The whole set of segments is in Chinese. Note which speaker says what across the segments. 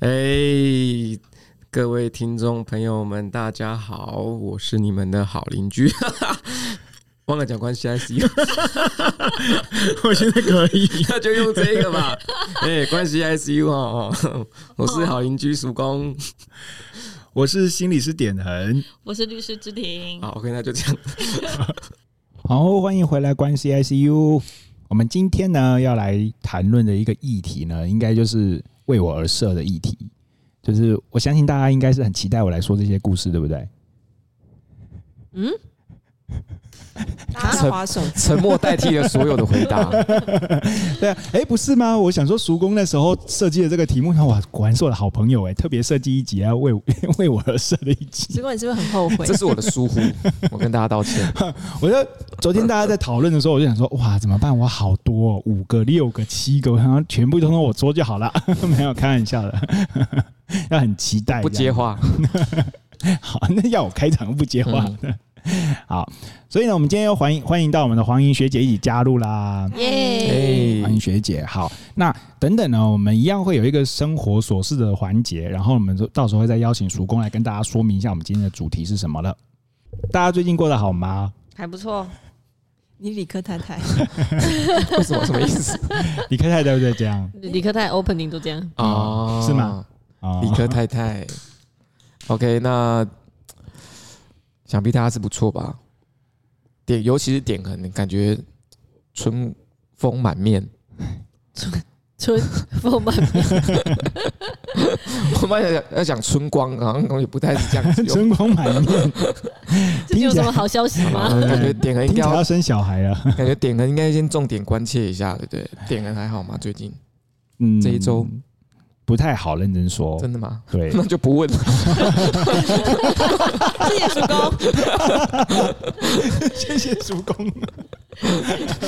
Speaker 1: 哎、各位听众朋友们，大家好，我是你们的好邻居。 忘了讲关系 ICU，
Speaker 2: 我觉得可以。
Speaker 1: 那就用这个吧。哎、关系 ICU 哦，哦我是好邻居曙光。
Speaker 2: 我是心理师点恒，
Speaker 3: 我是律师之
Speaker 4: 哦
Speaker 3: 庭。
Speaker 1: 好，OK，那就这样。
Speaker 2: 好，欢迎回来关 CICU。我们今天呢要来谈论的一个议题呢，应该就是为我而设的议题。就是我相信大家应该是很期待我来说这些故事，对不对？
Speaker 4: 嗯，
Speaker 3: 啊
Speaker 4: 大家在划手机，
Speaker 5: 沉默代替了所有的回答。
Speaker 2: 对啊，哎，不是吗？我想说，叔公那时候设计的这个题目，那哇，果然是我的好朋友哎，特别设计一集啊，为我为我而设的一集。
Speaker 4: 结果你是不是很后悔
Speaker 5: 这？是我的疏忽，我跟大家道歉。
Speaker 2: 我就昨天大家在讨论的时候，我就想说，哇，怎么办？我好多、哦，五个、六个、七个，我想要全部通通我做就好了。 没有开玩笑的， 要很期待。
Speaker 5: 不接话，
Speaker 2: 好，那要我开场不接话。
Speaker 5: 嗯
Speaker 2: 好，所以呢，我们今天又欢迎欢迎到我们的黄莹学姐一起加入啦。
Speaker 3: 耶、
Speaker 1: 哎
Speaker 5: 嗯
Speaker 2: 欢迎学姐，好，那等等呢，我们一样会有一个生活琐事的环节，然后我们就到时候会再邀请叔公来跟大家说明一下我们今天的主题是什么了。大家最近过得好吗？
Speaker 3: 还不错。
Speaker 4: 你理科太太，
Speaker 5: 为什么？什么意思
Speaker 2: 李克泰对不对？这样
Speaker 3: 理科太 opening 都 这样，
Speaker 2: 哦是吗？
Speaker 5: 哦
Speaker 2: 啊
Speaker 5: 理科太太，OK，那想必大家是不错吧？点，尤其是点痕，感觉春风满面。
Speaker 3: 春风满面。
Speaker 5: 我本来想要讲春光，好像也不太是这样子用。
Speaker 2: 春光满面，
Speaker 3: 这有什么好消 息 吗？
Speaker 5: 感觉点痕 应
Speaker 2: 听
Speaker 5: 该
Speaker 2: 起来
Speaker 5: 要
Speaker 2: 要，生小孩啊了。
Speaker 5: 感觉点痕应该先重点关切一下，对不对？点痕还好吗？最近
Speaker 2: 嗯
Speaker 5: 这一周
Speaker 2: 不太好，认真说，
Speaker 5: 真的吗？
Speaker 2: 对，
Speaker 5: 那就不问了。
Speaker 4: 谢谢叔公，
Speaker 2: 谢谢叔公。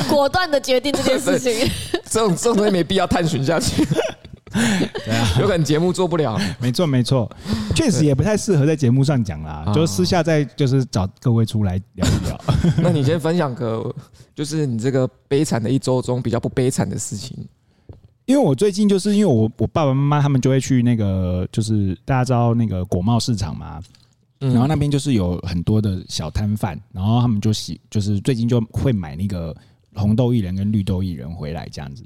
Speaker 3: 果断的决定这件事 情。
Speaker 5: 这 种这种东西没必要探寻下去，
Speaker 2: 对啊，
Speaker 5: 有可能节目做不了。
Speaker 2: 没错没错，确实也不太适合在节目上讲啦，
Speaker 5: 啊
Speaker 2: 就私下再就是找各位出来聊 一聊。
Speaker 5: 那你先分享个，就是你这个悲惨的一周中比较不悲惨的事情。
Speaker 2: 因为我最近就是因为我我爸爸妈妈他们就会去那个就是大家知道那个国贸市场嘛，
Speaker 5: 嗯
Speaker 2: 然后那边就是有很多的小摊贩，然后他们就喜就是最近就会买那个红豆薏仁跟绿豆薏仁回来这样子。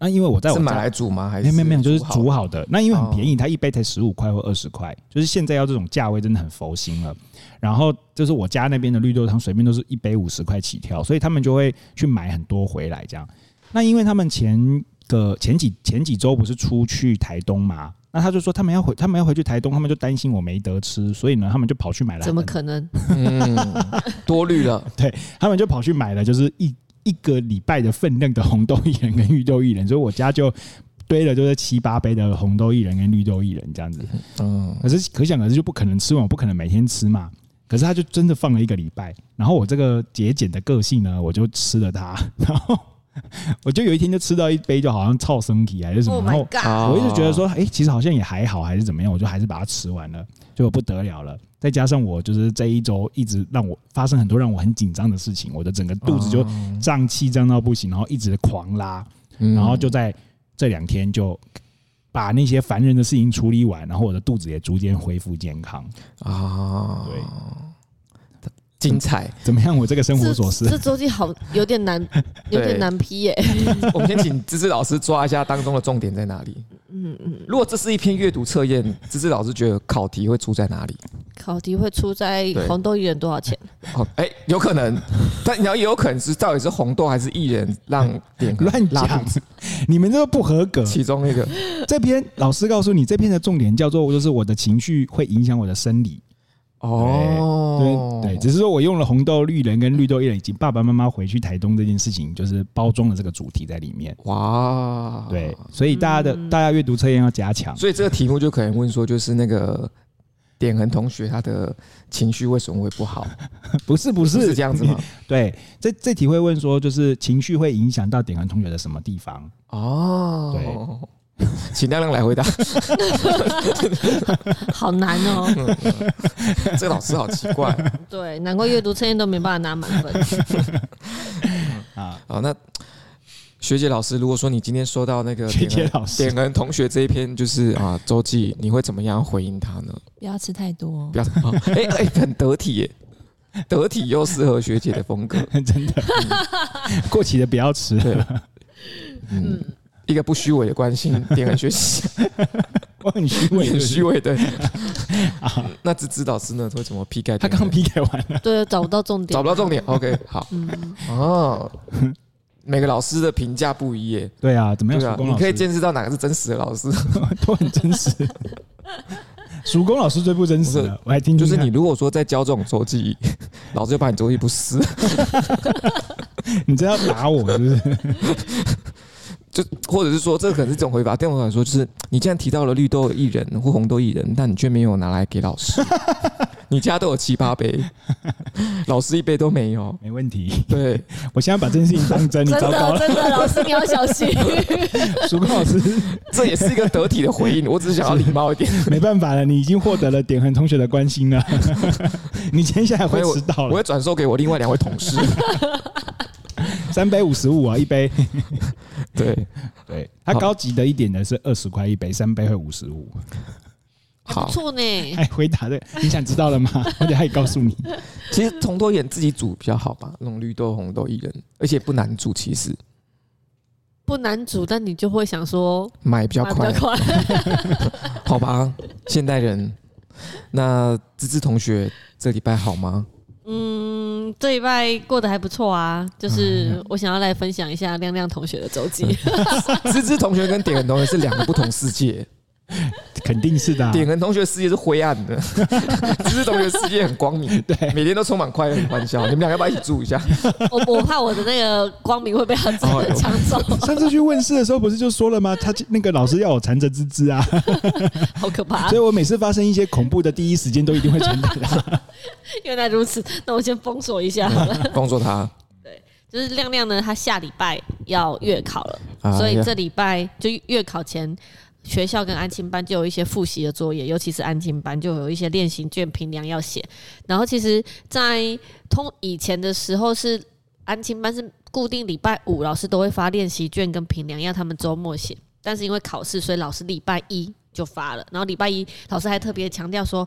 Speaker 2: 那因为我在我
Speaker 5: 是买
Speaker 2: 家
Speaker 5: 来煮吗？还
Speaker 2: 没
Speaker 5: 是
Speaker 2: 有没有没有，就是啊
Speaker 5: 好
Speaker 2: 煮好的。那因为很
Speaker 5: 哦
Speaker 2: 便宜，它一杯才十五块或二十块，就是现在要这种价位真的很佛心了。然后就是我家那边的绿豆汤，随便都是一杯五十块起跳，所以他们就会去买很多回来这样。那因为他们前个前几前几周不是出去台东嘛，那他就说他们要回他们要回去台东，他们就担心我没得吃，所以呢他们就跑去买了，
Speaker 3: 怎么可能？
Speaker 5: 嗯，多虑了。
Speaker 2: 他们就跑去买了，就是一一个礼拜的分量的红豆薏仁跟绿豆薏仁，所以我家就堆了就是七八杯的红豆薏仁跟绿豆薏仁这样子。
Speaker 5: 嗯，
Speaker 2: 可是可想而知就不可能吃完，我不可能每天吃嘛。可是他就真的放了一个礼拜，然后我这个节俭的个性呢，我就吃了它， 然后我就有一天就吃到一杯，就好像超生啊体还是什么，
Speaker 4: Oh
Speaker 2: 然
Speaker 4: my
Speaker 2: 后
Speaker 4: god！
Speaker 1: 哦
Speaker 2: 我一直觉得说，哎、其实好像也还好，还是怎么样，我就还是把它吃完了，结果不得了了。再加上我就是这一周一直让我发生很多让我很紧张的事情，我的整个肚子就
Speaker 5: 嗯
Speaker 2: 胀气胀到不行，然后一直狂拉，然后就在这两天就把那些烦人的事情处理完，然后我的肚子也逐渐恢复健康。
Speaker 5: 啊，
Speaker 2: 对，
Speaker 5: 精彩。
Speaker 2: 怎么样？我这个生活琐
Speaker 3: 这
Speaker 2: 事
Speaker 3: 这周记好有点难， 有点难批耶、
Speaker 5: 我们先请芝芝老师抓一下当中的重点在哪里。
Speaker 4: 嗯嗯，
Speaker 5: 如果这是一篇阅读测验，芝芝老师觉得考题会出在哪里？
Speaker 3: 考题会出在
Speaker 5: 对
Speaker 3: 红豆一人多少钱？
Speaker 5: 哦，哎、有可能，但然后也有可能是到底是红豆还是薏仁让 点
Speaker 2: 乱
Speaker 5: 拉
Speaker 2: 讲
Speaker 5: 肚子，
Speaker 2: 你们这个不合格。
Speaker 5: 其中一个
Speaker 2: 这篇老师告诉你，这篇的重点叫做就是我的情绪会影响我的生理。
Speaker 5: 哦，
Speaker 2: 对对，只是说我用了红豆绿人跟绿豆薏仁以及爸爸妈妈回去台东这件事情，就是包装了这个主题在里面。
Speaker 5: 哇，
Speaker 2: 对，所以大家的大家阅读测验要加强。
Speaker 5: 所以这个题目就可能问说，就是那个点恒同学他的情绪为什么会不好？
Speaker 2: 不是不
Speaker 5: 是嗯
Speaker 2: 是
Speaker 5: 这样 子吗？
Speaker 2: 对，这这题会问说，就是情绪会影响到点恒同学的什么地方？
Speaker 5: 哦，请亮亮来回答。
Speaker 3: 好难 哦、
Speaker 5: 这个老师好奇怪
Speaker 3: 对，难怪阅读测验都没办法拿满分。
Speaker 5: 哦。那学姐老师，如果说你今天收到那个
Speaker 2: 学
Speaker 5: 点
Speaker 2: 姐
Speaker 5: 恩
Speaker 2: 老师
Speaker 5: 点，恩同学这一篇，就是啊周记，你会怎么样回应他呢？
Speaker 4: 不要吃太多
Speaker 5: 不。要啊哎哎，很得体耶，得体又适合学姐的风格。
Speaker 2: 真的，
Speaker 5: 嗯
Speaker 2: 过期的不要吃。
Speaker 5: 对，嗯，一个不虚伪的关心，点恩学习，
Speaker 2: 我很虚伪，
Speaker 5: 很虚
Speaker 2: 伪。
Speaker 5: 伪的。那芝芝老师呢，会怎么批改点
Speaker 2: 他
Speaker 5: 恩？
Speaker 2: 刚 PK 完了，
Speaker 3: 对，啊找不到重点，
Speaker 5: 找不到重点。OK，好
Speaker 3: 嗯，
Speaker 5: 哦。每个老师的评价不一耶，
Speaker 2: 对啊，怎么样？
Speaker 5: 对
Speaker 2: 曙
Speaker 5: 啊，
Speaker 2: 光
Speaker 5: 你
Speaker 2: 老
Speaker 5: 可以
Speaker 2: 师
Speaker 5: 见识到哪个是真实的老师。
Speaker 2: 都很真实。曙光老师最不真实
Speaker 5: 不
Speaker 2: 了，我还听听
Speaker 5: 就是
Speaker 2: 嗯看
Speaker 5: 你，如果说在教这种周记，老师就把你周记不撕，
Speaker 2: 你真的要打我是不是？
Speaker 5: 就或者是说这可能是一种回法。但我想说，就是你既然提到了绿豆薏仁或红豆薏仁，但你却没有拿来给老 师，你家都有七八 杯，老师一杯都没有。
Speaker 2: 没问题，
Speaker 5: 对，
Speaker 2: 我现在把这件事情当真，你
Speaker 3: 真
Speaker 2: 糟糕了。
Speaker 3: 的真的，老师你要小心。
Speaker 2: 曙光老师
Speaker 5: 这也是一个得体的回应。我只是想要礼貌一点。
Speaker 2: 没办法了，你已经获得了点恒同学的关心了，你接下来会迟到
Speaker 5: 我
Speaker 2: 了
Speaker 5: 会。转授给我另外两位同 事。
Speaker 2: 三杯五十五啊，一杯。
Speaker 5: 对，
Speaker 2: 对，它高级的一点的是二十块一杯，三杯会五十五。
Speaker 3: 还
Speaker 5: 好
Speaker 3: 不。错呢，
Speaker 2: 哎，回答的，你想知道了吗？我等下也告诉你。
Speaker 5: 其实红豆薏仁自己煮比较好吧，那种绿豆红豆薏仁，而且不难煮，其实
Speaker 3: 不难煮，但你就会想说
Speaker 5: 买比较
Speaker 3: 啊
Speaker 5: 快。
Speaker 3: 快，
Speaker 5: 好吧，现代人。那芝芝同学这礼拜好吗？
Speaker 3: 嗯，这礼拜过得还不错啊，
Speaker 5: 哎
Speaker 3: 就是我想要来分享一下亮亮同学的周记。
Speaker 5: 芝芝同学跟点人同学是两个不同世界，
Speaker 2: 肯定是的啊、
Speaker 5: 点人同学世界是灰暗的，芝芝同学世界很光明，
Speaker 2: 对
Speaker 5: 每天都充满快乐与欢笑。你们两个要不要一起住一下？
Speaker 3: 我我怕我的那个光明会被他
Speaker 5: 哦有
Speaker 3: 抢 走，
Speaker 2: 上次去问世的时候，不是就说了吗？他那个老师要我缠着芝芝啊，
Speaker 3: 好可怕
Speaker 2: 所以！我每次发生一些恐怖的，第一时间都一定会缠着他。
Speaker 3: 原来如此，那我先封锁一下好了。
Speaker 5: 帮助他，
Speaker 3: 就是亮亮呢，他下礼拜要月考了，
Speaker 5: 啊
Speaker 3: 所以
Speaker 5: 呀
Speaker 3: 这礼拜就月考前。学校跟安亲班就有一些复习的作业，尤其是安亲班就有一些练习卷评量要写。然后其实，在通以前的时候是安亲班是固定礼拜五老师都会发练习卷跟评量，要他们周末写。但是因为考试，所以老师礼拜一就发了。然后礼拜一老师还特别强调说，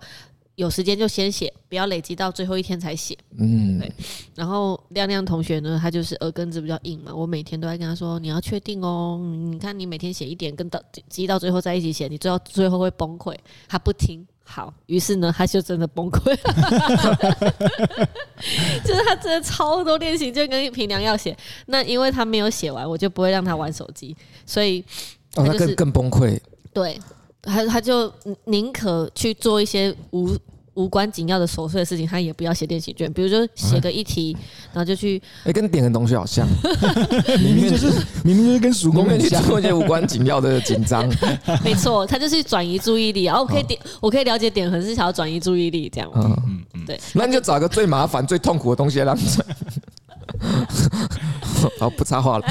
Speaker 3: 有时间就先写，不要累积到最后一天才写。
Speaker 5: 嗯，
Speaker 3: 对然后亮亮同学呢，他就是耳根子比较硬嘛，我每天都在跟他说，你要确定哦，你看你每天写一点，跟到积到最后在一起写，你最后最后会崩溃。他不听，好，于是呢，他 就真的崩溃，就是他真的超多练习卷跟平量要写，那因为他没有写完，我就不会让他玩手机，所以他
Speaker 5: 哦，那
Speaker 3: 就是
Speaker 5: 更更崩溃，
Speaker 3: 对，他他就宁可去做一些无无关紧要的琐碎的事情，他也不要写练习卷，比如说写个一题，然后就去
Speaker 5: 哎，跟点人同学 好像，
Speaker 2: 明明就是明明就是跟曙
Speaker 5: 我
Speaker 2: 光
Speaker 5: 们
Speaker 2: 很
Speaker 5: 去
Speaker 2: 像，
Speaker 5: 做一些无关紧要的紧 张，
Speaker 3: 没错，他就是转移注意力。然后我可以点，我可以了解点恒是想要转移注意力这样。
Speaker 5: 嗯，
Speaker 2: 嗯嗯，
Speaker 3: 对，
Speaker 5: 那你就找一个最麻烦、最痛苦的东西来让你转。好，不插话 了，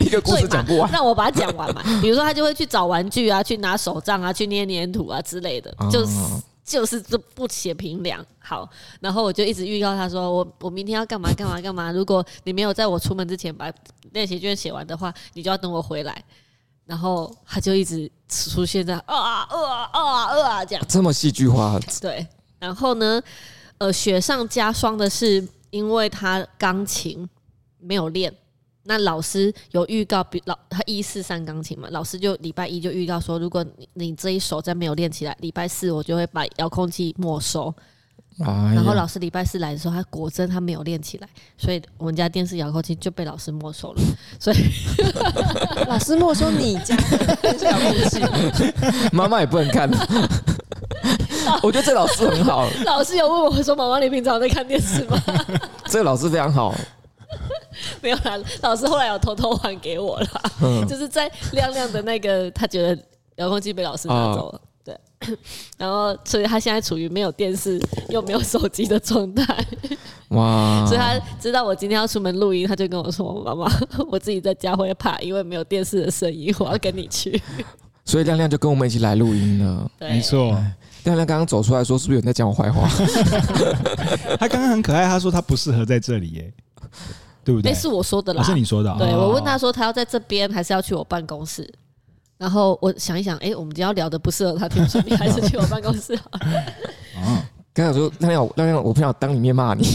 Speaker 5: 一个故
Speaker 3: 最
Speaker 5: 事讲不完。
Speaker 3: 让我把它讲完 嘛。比如说，他就会去找玩具啊，去拿手杖啊，去捏粘土啊之类的，就是
Speaker 5: 哦
Speaker 3: 就是这不写平凉。好，然后我就一直预告他说，我我明天要干嘛干嘛干嘛。如果你没有在我出门之前把练习卷写完的话，你就要等我回来。然后他就一直出现在啊啊啊啊啊啊这样。
Speaker 5: 这么戏剧化，
Speaker 3: 对，然后呢，呃，雪上加霜的是，因为他钢琴没有练，那老师有预告，比老他一四三钢琴嘛，老师就礼拜一就预告说，如果你你这一首再没有练起来，礼拜四我就会把遥控器没收。
Speaker 5: 哎
Speaker 3: 然后
Speaker 5: 呀，
Speaker 3: 老师礼拜四来的时候，他果真他没有练起来，所以我们家电视遥控器就被老师没收了。所以
Speaker 4: 老师没收你家的小武器，
Speaker 5: 妈妈也不能看。我觉得这老师很好，
Speaker 3: 老师有问我说：“妈妈，你平常有在看电视吗
Speaker 5: 这个老师非常好。？”
Speaker 3: 没有啦，老师后来有偷偷还给我了。
Speaker 5: 嗯，
Speaker 3: 就是在亮亮的那个，他觉得遥控器被老师拿走
Speaker 2: 啊
Speaker 3: 了，对。 然后，所以他现在处于没有电视又没有手机的状态，
Speaker 2: 啊
Speaker 5: 哇，
Speaker 3: 所以他知道我今天要出门录音，他就跟我说：“妈妈， 我自己在家会怕，因为没有电视的声音，我要跟你 去。
Speaker 5: 所以亮亮就跟我们一起来录音了。”
Speaker 2: 没
Speaker 3: 对，
Speaker 2: 错。
Speaker 5: 亮亮刚刚走出来说，是不是 有人在讲我坏话？
Speaker 2: 他刚刚很可爱，他说他不适合在这里耶。对不
Speaker 3: 那
Speaker 2: 对？
Speaker 3: 哎是我说的
Speaker 2: 哦
Speaker 3: 啦。
Speaker 2: 是你说的啊，
Speaker 3: 对
Speaker 2: 哦
Speaker 3: 我问他说他要在这边还是要去我办公室，然后我想一想，哎，我们今天要聊的不适合他听说你还是去我办公室好了。
Speaker 2: 哦
Speaker 5: 刚想说，那要那要我不想当你面骂你，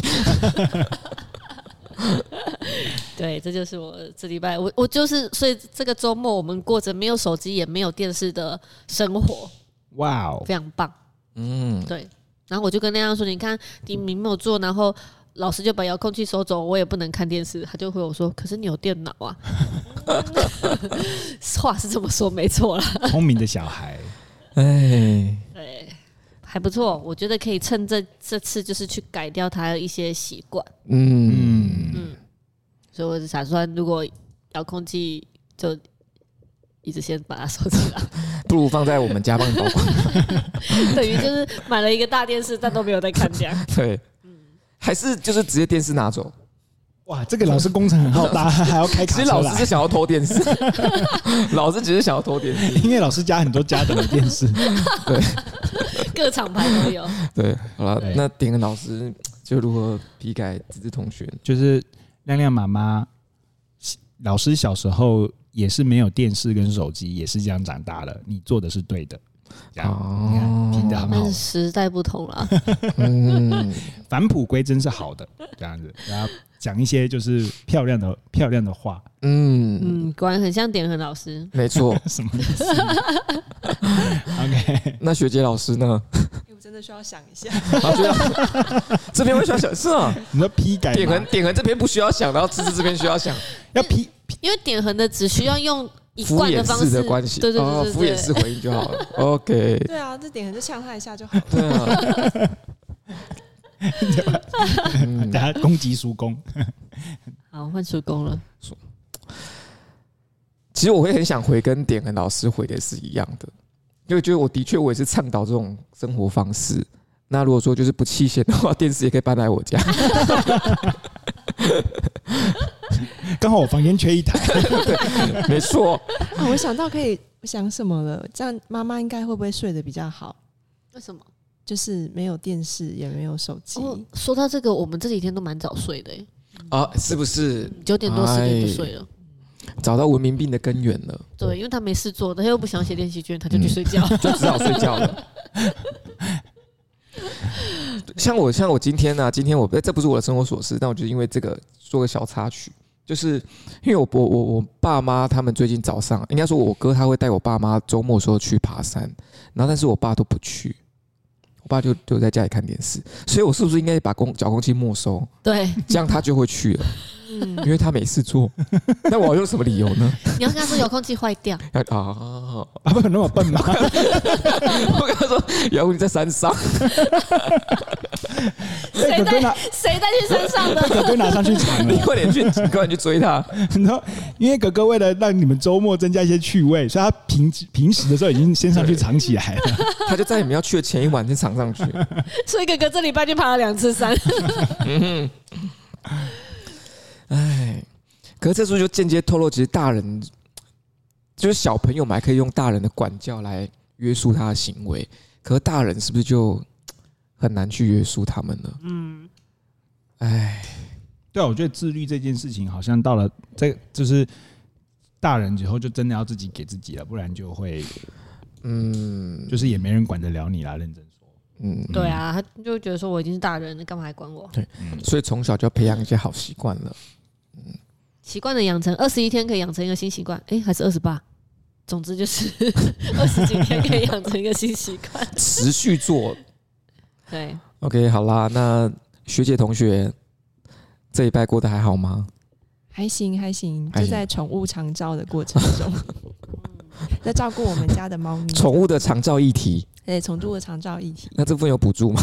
Speaker 3: 对，这就是我这礼拜我我就是所以这个周末我们过着没有手机也没有电视的生活，
Speaker 2: 哇哦，
Speaker 3: 非常棒。
Speaker 5: 嗯，
Speaker 3: 对，然后我就跟那样说，你看你明没有做，然后老师就把遥控器收走，我也不能看电视。他就回我说，可是你有电脑啊。 话是这么说，没错啦。
Speaker 2: 聪明的小孩，
Speaker 5: 哎，
Speaker 3: 对，还不错，我觉得可以趁这这次就是去改掉他的一些习惯，
Speaker 5: 嗯，
Speaker 2: 嗯，
Speaker 3: 所以我就打算如果遥控器就。一直先把它收起来，
Speaker 5: 不如放在我们家帮你保管。
Speaker 3: 等于就是买了一个大电视，但都没有在看这 样。
Speaker 5: 对，还是就是直接电视拿走。
Speaker 2: 哇，这个老师工程很浩 大，还要开
Speaker 5: 其
Speaker 2: 卡
Speaker 5: 实
Speaker 2: 车
Speaker 5: 老师是
Speaker 2: 来，
Speaker 5: 想要偷电视， 老师只是想要偷电视。
Speaker 2: 因为老师家很多家长的电视，
Speaker 3: 各厂牌都有，
Speaker 5: 对，好了
Speaker 2: 对，
Speaker 5: 那点恩老师就如何批改资质同学？
Speaker 2: 就是亮亮妈妈，老师小时候也是没有电视跟手机，也是这样长大的，你做的是对的，这样、
Speaker 5: 哦
Speaker 2: 你看拼的很
Speaker 3: 但
Speaker 2: 好
Speaker 3: 是，时代不同了。
Speaker 5: 嗯，
Speaker 2: 返璞归真是好的，这样子，然后讲一些就是漂亮的漂亮的话，
Speaker 5: 嗯，
Speaker 3: 嗯，果然很像点恒老师。
Speaker 5: 没错。
Speaker 2: 什么意思 ？OK，
Speaker 5: 那学姐老师呢？
Speaker 4: 我真的需要想一下，
Speaker 5: 啊，学姐老师 这边会需要想，是啊，
Speaker 2: 你说批改
Speaker 5: 点恒
Speaker 2: 吗
Speaker 5: 点恒这边不需要想，然后芝芝这边需要想，
Speaker 2: 要批
Speaker 3: 因为点横的只需要用 一
Speaker 5: 敷
Speaker 3: 贯
Speaker 5: 衍
Speaker 3: 方
Speaker 5: 式
Speaker 3: 式
Speaker 5: 的关系，
Speaker 3: 对对
Speaker 5: 哦
Speaker 3: 对
Speaker 5: 敷衍
Speaker 3: 对
Speaker 5: 式
Speaker 3: 对，
Speaker 5: 回应就好 了。OK，
Speaker 4: 对啊，这点就呛他一下就好了。
Speaker 5: 对啊， 嗯
Speaker 2: 等下攻击叔公，
Speaker 3: 好换出工了。
Speaker 5: 其实我会很想回跟点恒老师回的是一样的，因为觉得我的确我也是倡导这种生活方式。那如果说就是不弃嫌的话，电视也可以搬来我家。
Speaker 2: 刚好我房间缺一台，
Speaker 5: 没错，
Speaker 4: 啊，我想到可以，我想什么了？这样妈妈应该会不会睡得比较好？
Speaker 3: 为什么？
Speaker 4: 就是没有电视，也没有手机，
Speaker 3: 哦，说到这个，我们这几天都蛮早睡的欸，
Speaker 5: 啊，是不是
Speaker 3: 九点多十
Speaker 5: 哎
Speaker 3: 点就睡了。
Speaker 5: 找到文明病的根源了？
Speaker 3: 对，因为他没事做，他又不想写练习卷，他就去睡觉。
Speaker 5: 就只好睡觉了。 像我，像我今天呢、今天我呃这不是我的生活琐事，但我就因为这个做个小插曲，就是因为我我我我爸妈他们最近早上，应该说我哥他会带我爸妈周末的时候去爬山，然后但是我爸都不去，我爸就就在家里看电视，所以我是不是应该把公遥控器没收，
Speaker 3: 对，
Speaker 5: 这样他就会去了，
Speaker 4: 嗯
Speaker 5: 因为他没事做。那我要用什么理由呢？
Speaker 3: 你要跟他说遥控器坏掉，
Speaker 5: 啊，
Speaker 2: 啊，不可能那么笨吗？
Speaker 5: 我跟他说，遥控器在山上。
Speaker 2: 被
Speaker 3: 谁
Speaker 2: 哎哥哥拿
Speaker 3: 带谁带去山上
Speaker 2: 被
Speaker 3: 的？
Speaker 2: 哥哥拿上去抢
Speaker 5: 你
Speaker 2: 了。
Speaker 5: 快点去，你快点去追他。
Speaker 2: 然后，因哎为哥哥为了让你们周末增加一些趣味，所以他平平时的时候已经先上去藏起 来了。
Speaker 5: 他就在你们要去的前一晚先藏上去。
Speaker 3: 所以哥哥这礼拜就爬了两次山。
Speaker 5: 哎，可是这时候就间接透露，其实大人就是小朋友嘛，还可以用大人的管教来约束他的行为。可是大人是不是就很难去约束他们呢？嗯，哎，
Speaker 2: 对啊，我觉得自律这件事情好像到了这就是大人以后，就真的要自己给自己了，不然就会
Speaker 5: 嗯，
Speaker 2: 就是也没人管得了你啦。认真说，
Speaker 5: 嗯，
Speaker 3: 对啊，他就会觉得说我已经是大人了，干嘛还管我？
Speaker 2: 嗯
Speaker 5: 所以从小就要培养一些好习惯了。
Speaker 3: 习惯的养成，二十一天可以养成一个新习惯，哎，还是二十八？总之就是 二十几天可以养成一个新习惯。
Speaker 5: 持续做。
Speaker 3: 对，
Speaker 5: OK，好啦，那学姐同学这一拜过得还好吗？
Speaker 4: 还行还行，
Speaker 5: 还
Speaker 4: 就
Speaker 5: 行
Speaker 4: 在宠物长照的过程中， 在照顾我们家的猫咪，
Speaker 5: 宠物的长照议题，
Speaker 4: 对宠物的长照议题
Speaker 5: 那这部分有补助吗？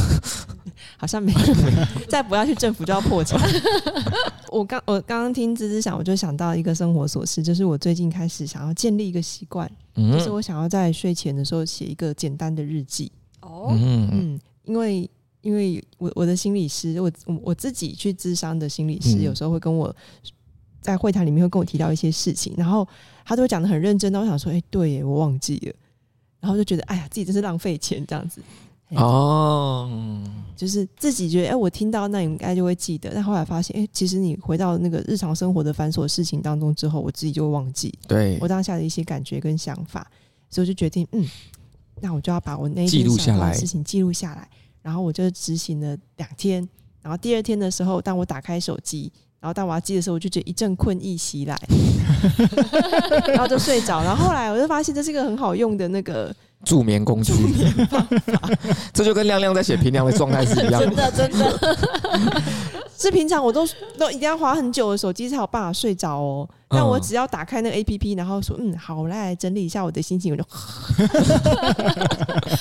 Speaker 4: 好像没有，再不要去政府就要破产。 我刚我刚刚听芝芝想，我就想到一个生活琐事，就是我最近开始想要建立一个习惯，
Speaker 5: 嗯
Speaker 4: 就是我想要在睡前的时候写一个简单的日记。
Speaker 3: 哦，
Speaker 5: 嗯
Speaker 4: 嗯，因为因为我我的心理师，我我我自己去咨商的心理师，
Speaker 5: 嗯
Speaker 4: 有时候会跟我在会谈里面会跟我提到一些事情，然后他都会讲的很认真，那我想说，哎、对耶，我忘记了，然后就觉得哎呀，自己真是浪费钱这样子。
Speaker 5: 哦，嗯
Speaker 4: 就是自己觉得，哎、我听到那应该就会记得，但后来发现，哎、其实你回到那个日常生活的繁琐事情当中之后，我自己就会忘记
Speaker 5: 对
Speaker 4: 我，当下的一些感觉跟想法，所以我就决定，嗯，那我就要把我那一
Speaker 5: 记
Speaker 4: 天
Speaker 5: 录
Speaker 4: 想
Speaker 5: 下
Speaker 4: 到
Speaker 5: 来
Speaker 4: 的事情记录下来，然后我就执行了两天，然后第二天的时候，当我打开手机。然后当我要记的时候，我就觉得一阵困意袭来，然后就睡着。然后后来我就发现这是一个很好用的那个
Speaker 5: 助眠工具，这就跟亮亮在写平凉的状态是一样
Speaker 3: 真
Speaker 5: 的。
Speaker 3: 的真的，
Speaker 4: 是平常我都都一定要划很久的手机才有办法睡着哦。
Speaker 5: 嗯
Speaker 4: 但我只要打开那个 A P P，然后说嗯，好，我来整理一下我的心情，我就，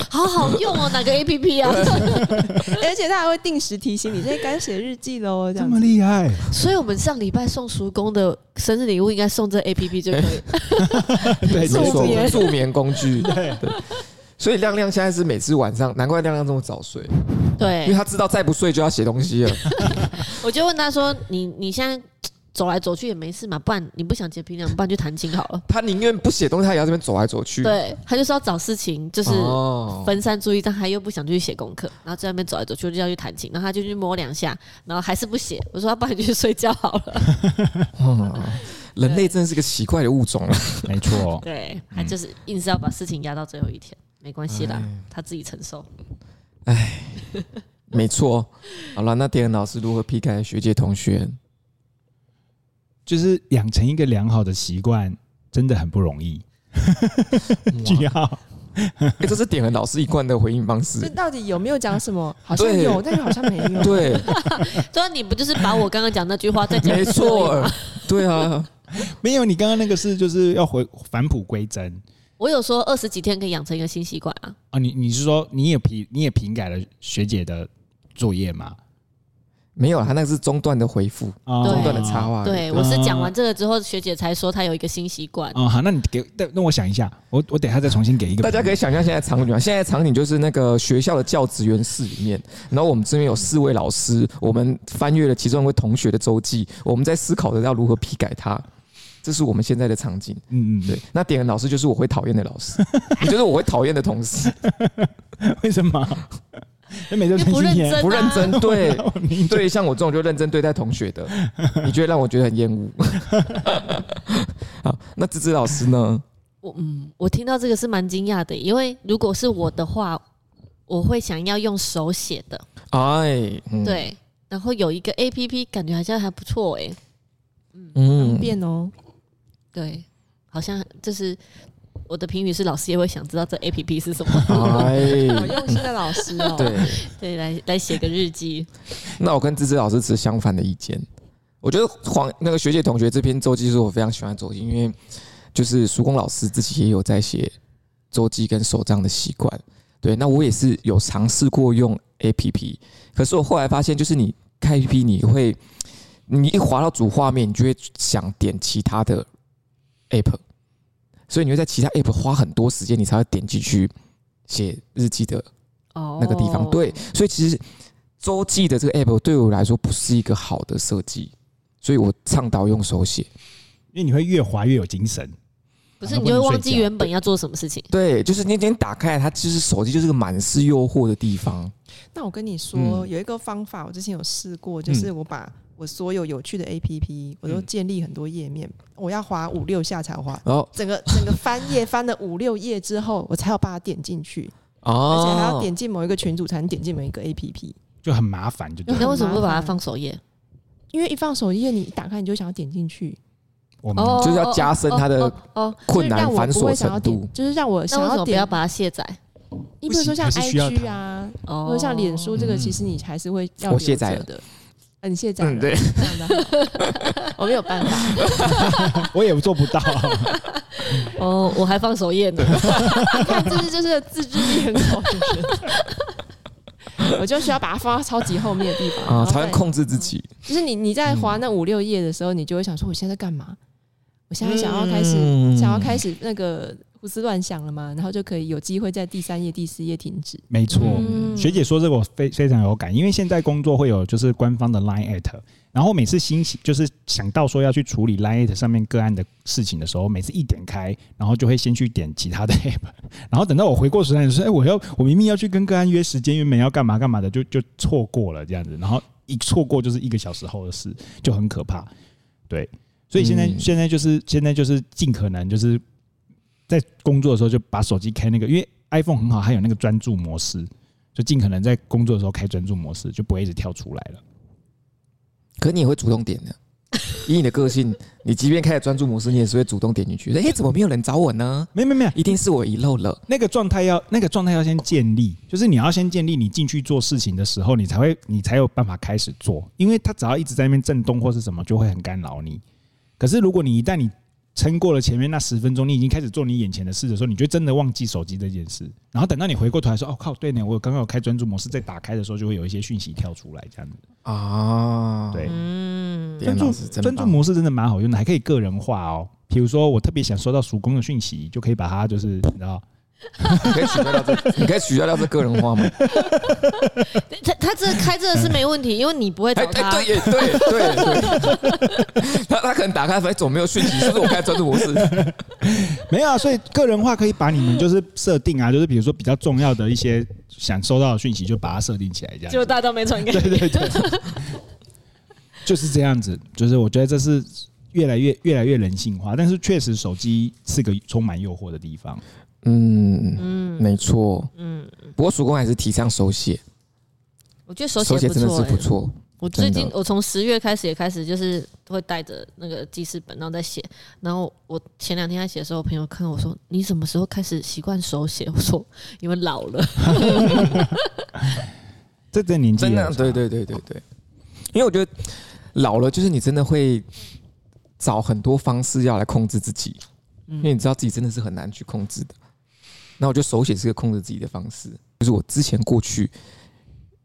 Speaker 3: 好好用哦，哪个 A P P 啊？
Speaker 4: 而且它还会定时提醒你，这该写日记喽，这
Speaker 2: 这
Speaker 4: 样
Speaker 2: 么
Speaker 4: 子。
Speaker 2: 厉害，
Speaker 3: 所以我们上礼拜送叔公的生日礼物应该送这 A P P 就可以了。
Speaker 2: 对，
Speaker 5: 没
Speaker 2: 没
Speaker 5: 错
Speaker 2: 错
Speaker 4: 助眠
Speaker 5: 助眠工具。
Speaker 2: 对
Speaker 5: 所以亮亮现在是每次晚上，难怪亮亮这么早睡，因为
Speaker 3: 对，
Speaker 5: 他知道再不睡就要写东西了。
Speaker 3: 我就问他说：“你你现在走来走去也没事嘛，不然你不想结平凉，不然就弹琴好了。
Speaker 5: 他宁愿不写东西，他也要这边走来走”去。，
Speaker 3: 对他就是要找事情，就是
Speaker 5: 嗯哦，
Speaker 3: 分散注意，但他又不想去写功课，然后在那边走来走去，我就要去弹琴，然后他就去摸两下，然后还是不写。我说：“要不然你去睡觉好 了。
Speaker 5: 嗯人类真是个奇怪的物种啊！
Speaker 2: 没错”，
Speaker 3: 对，
Speaker 5: 嗯
Speaker 3: 他就是硬是要把事情压到最后一天，没关系啦
Speaker 5: 哎，
Speaker 3: 他自己承受。
Speaker 5: 没错。好了，那点恩老师如何批改学姐同学？
Speaker 2: 就是养成一个良好的习惯，真的很不容 易。句号，
Speaker 5: 哎，这是点恩老师一贯的回应方
Speaker 4: 这
Speaker 5: 式。
Speaker 4: 到底有没有讲什 么？好像
Speaker 5: 对
Speaker 4: 有，但是好像没有。
Speaker 5: 对，
Speaker 3: 对啊，你不就是把我刚刚讲那句话再讲一
Speaker 5: 没
Speaker 3: 次而已吗
Speaker 5: 错，对啊，
Speaker 2: 没有你刚刚那个是就是要回返璞归真
Speaker 3: 我有说二十几天可以养成一个新习惯啊，
Speaker 2: 啊！你你是说你也评你也评改了学姐的作业吗？
Speaker 5: 没有啦，他那个是中断的回复，
Speaker 2: 啊
Speaker 3: 对
Speaker 5: 中断的插话。
Speaker 3: 对我是讲完这个之后，学姐才说她有一个新习
Speaker 5: 啊
Speaker 3: 惯。
Speaker 2: 哦，好，那你给，那那我想一下，我我等一下再重新给一个。
Speaker 5: 大家可以想象现在场景啊，现在场景就是那个学校的教职员室里面，然后我们这边有四位老师，我们翻阅了其中一位同学的周记，我们在思考着要如何批改它。这是我们现在的场景，
Speaker 2: 嗯，嗯嗯，
Speaker 5: 对。那点恩老师就是我会讨厌的老 师，你就是我会讨厌的同事，
Speaker 2: 为什么？嗯那每周
Speaker 3: 因为不
Speaker 2: 更
Speaker 3: 认
Speaker 2: 新天
Speaker 3: 真，啊
Speaker 5: 不认真，对
Speaker 2: 明
Speaker 5: 对。像我这种就认真对待同学的，你就会让我觉得很厌恶。 好，那芝芝老师呢？
Speaker 3: 我嗯，我听到这个是蛮惊讶的，因为如果是我的话，我会想要用手写的，
Speaker 5: 哎，嗯，
Speaker 3: 对。然后有一个 A P P，感觉好像还不错哎、
Speaker 5: 嗯
Speaker 4: 变哦，
Speaker 3: 对，好像就是我的评语是老师也会想知道这 A P P 是什么，
Speaker 4: 好
Speaker 5: 哎，
Speaker 4: 用心的老师哦。
Speaker 5: 对。
Speaker 3: 对，来来写个日 记。
Speaker 5: 那我跟芝芝老师持相反的意见。我觉得黄那个学姐同学这篇周记是我非常喜欢的周记，因为就是叔公老师自己也有在写周记跟手账的习惯。对，那我也是有尝试过用 A P P，可是我后来发现，就是你开 A P P，你会你一滑到主画面，你就会想点其他的 App，所以你会在其他 App 花很多时间，你才会点进去写日记的
Speaker 3: 哦，
Speaker 5: 那个地方。对，，所以其实周记的这个 app 对我来说不是一个好的设计，所以我倡导用手写。
Speaker 2: 因为你会越滑越有精神。
Speaker 3: 不是
Speaker 2: 然后
Speaker 3: 你就会
Speaker 2: 不能
Speaker 3: 忘
Speaker 2: 睡
Speaker 3: 记
Speaker 2: 觉
Speaker 3: 原本要做什么事情。
Speaker 5: 对，就是你今天打开它，就是手机就是个满是诱惑的地方。
Speaker 4: 那我跟你说，
Speaker 5: 嗯
Speaker 4: 有一个方法，我之前有试过，就是我把我所有有趣的 A P P，我都
Speaker 5: 嗯哦
Speaker 4: 建立很多页面，我要划五六下才划。
Speaker 5: 然后
Speaker 4: 整个整个翻页翻了五六页之后，我才有把它点进去，而且还要
Speaker 5: 哦，
Speaker 4: 点进某一个群组才能点进某一个 A P P。
Speaker 2: 就很麻烦，就对了
Speaker 3: 那为什么不把
Speaker 4: 麻
Speaker 3: 它
Speaker 4: 烦
Speaker 3: 放首页？
Speaker 4: 因为一放首页，你一打开你就想要点进去，
Speaker 2: 我们
Speaker 3: 哦，
Speaker 5: 就是要加深它的
Speaker 3: 哦哦哦
Speaker 5: 困难
Speaker 4: 就是让
Speaker 5: 繁
Speaker 4: 我不
Speaker 5: 琐
Speaker 4: 会想要
Speaker 5: 程度
Speaker 4: 点，。就是让我
Speaker 3: 那
Speaker 4: 想
Speaker 3: 为什
Speaker 4: 要
Speaker 3: 么不要
Speaker 4: 点。
Speaker 3: 把它卸载？
Speaker 4: 你比如说像
Speaker 2: 不行还是需要
Speaker 4: IG 啊，
Speaker 3: 哦，
Speaker 4: 或者像脸 书这个，
Speaker 2: 嗯
Speaker 4: 其实你还是会要
Speaker 5: 我卸
Speaker 4: 留
Speaker 5: 载
Speaker 4: 着
Speaker 5: 了
Speaker 4: 的。啊，你卸载了，
Speaker 5: 嗯对
Speaker 4: 这样的好，我没有办法。
Speaker 2: 我也做不到。啊
Speaker 3: 哦，我还放首页呢。
Speaker 4: 你看，这是就是自制力很好的人。 我就需要把它放到超级后面的地方
Speaker 5: 啊，
Speaker 4: 然后
Speaker 5: 才能
Speaker 4: 再
Speaker 5: 控制自己。
Speaker 4: 就是你你在划那五六页的时候，你就会想说，我现在在干嘛？我现在想要开始、
Speaker 5: 嗯
Speaker 4: 想要开始那个胡思乱想了嘛，然后就可以有机会在第三页、第四页停止。
Speaker 2: 没错，
Speaker 3: 嗯
Speaker 2: 学姐说这个我非非常有感，因为现在工作会有就是官方的 Line at，然后每次心情就是想到说要去处理 Line at 上面个案的事情的时候，每次一点开，然后就会先去点其他的 app，然后等到我回过神来的时候，哎、我要我明明要去跟个案约时间，原本要干嘛干嘛的，就就错过了这样子，然后一错过就是一个小时后的事，就很可怕。对，所以现在、
Speaker 5: 嗯
Speaker 2: 现在就是现在就是尽可能就是在工作的时候就把手机开那个，因为 iPhone 很好，它有那个专注模式，就尽可能在工作的时候开专注模式，就不会一直跳出来了。
Speaker 5: 可你也会主动点的。以你的个性，你即便开了专注模式，你也是会主动点进去。哎、怎么没有人找我呢？
Speaker 2: 没有没有没有，
Speaker 5: 一定是我遗漏了。
Speaker 2: 那个状态要那个状态要先建立，就是你要先建立你进去做事情的时候，你才会你才有办法开始做，因为它只要一直在那边震动或是什么，就会很干扰你。可是如果你一旦你撑过了前面那十分钟，你已经开始做你眼前的事的时候，你就真的忘记手机这件事，然后等到你回过头来说：“哦靠，对呢，我刚刚有开专注模式，在打开的时候就会有一些讯息跳出来，这样子。
Speaker 5: 啊，
Speaker 2: 对
Speaker 3: 嗯，
Speaker 2: 专
Speaker 5: 点
Speaker 2: 注
Speaker 5: 老师真
Speaker 2: 专注
Speaker 5: 棒。
Speaker 2: 模式真的蛮好用的，还可以个人化哦。比如说，我特别想收到叔公的讯息，就可以把它就是你知道，
Speaker 5: 你可以取代掉这，你可以取代掉这个人化吗？
Speaker 3: 他他这开这个是没问题，因为你不会
Speaker 5: 哎
Speaker 3: 找
Speaker 5: 哎，
Speaker 3: 他。
Speaker 5: 对耶，对耶对耶对 耶，他他可能打开，哎，怎么没有讯息？是不是我开专注模式？
Speaker 2: 没有啊，所以个人化可以把你们就是设定啊，就是比如说比较重要的一些想收到的讯息，就把它设定起来，这样
Speaker 3: 结果
Speaker 2: 子。
Speaker 3: 大家都没传给
Speaker 2: 对
Speaker 3: 你。
Speaker 2: 对对，就是这样子。就是我觉得这是越来越越来越人性化，但是确实手机是个充满诱惑的地方。
Speaker 5: 嗯，
Speaker 3: 嗯
Speaker 5: 没错。
Speaker 3: 嗯，
Speaker 5: 不过曙光还是提倡手写，
Speaker 3: 我觉得手
Speaker 5: 手
Speaker 3: 写
Speaker 5: 写
Speaker 3: 不
Speaker 5: 真的
Speaker 3: 错、
Speaker 5: 是
Speaker 3: 欸
Speaker 5: 不。错。
Speaker 3: 我最
Speaker 5: 真
Speaker 3: 近
Speaker 5: 的
Speaker 3: 我从十月开始也开始就是会带着那个记事本，然后再写。然后我前两天在写的时候，我朋友看我说：“你什么时候开始习惯手写？”我说：“因为老了。
Speaker 2: 这这年纪
Speaker 5: 真
Speaker 2: 也
Speaker 5: 的
Speaker 2: 有，差
Speaker 5: 对对对对对，因为我觉得老了就是你真的会找很多方式要来控制自己，因为你知道自己真的是很难去控制的。那我觉得手写是个控制自己的方式，就是我之前过去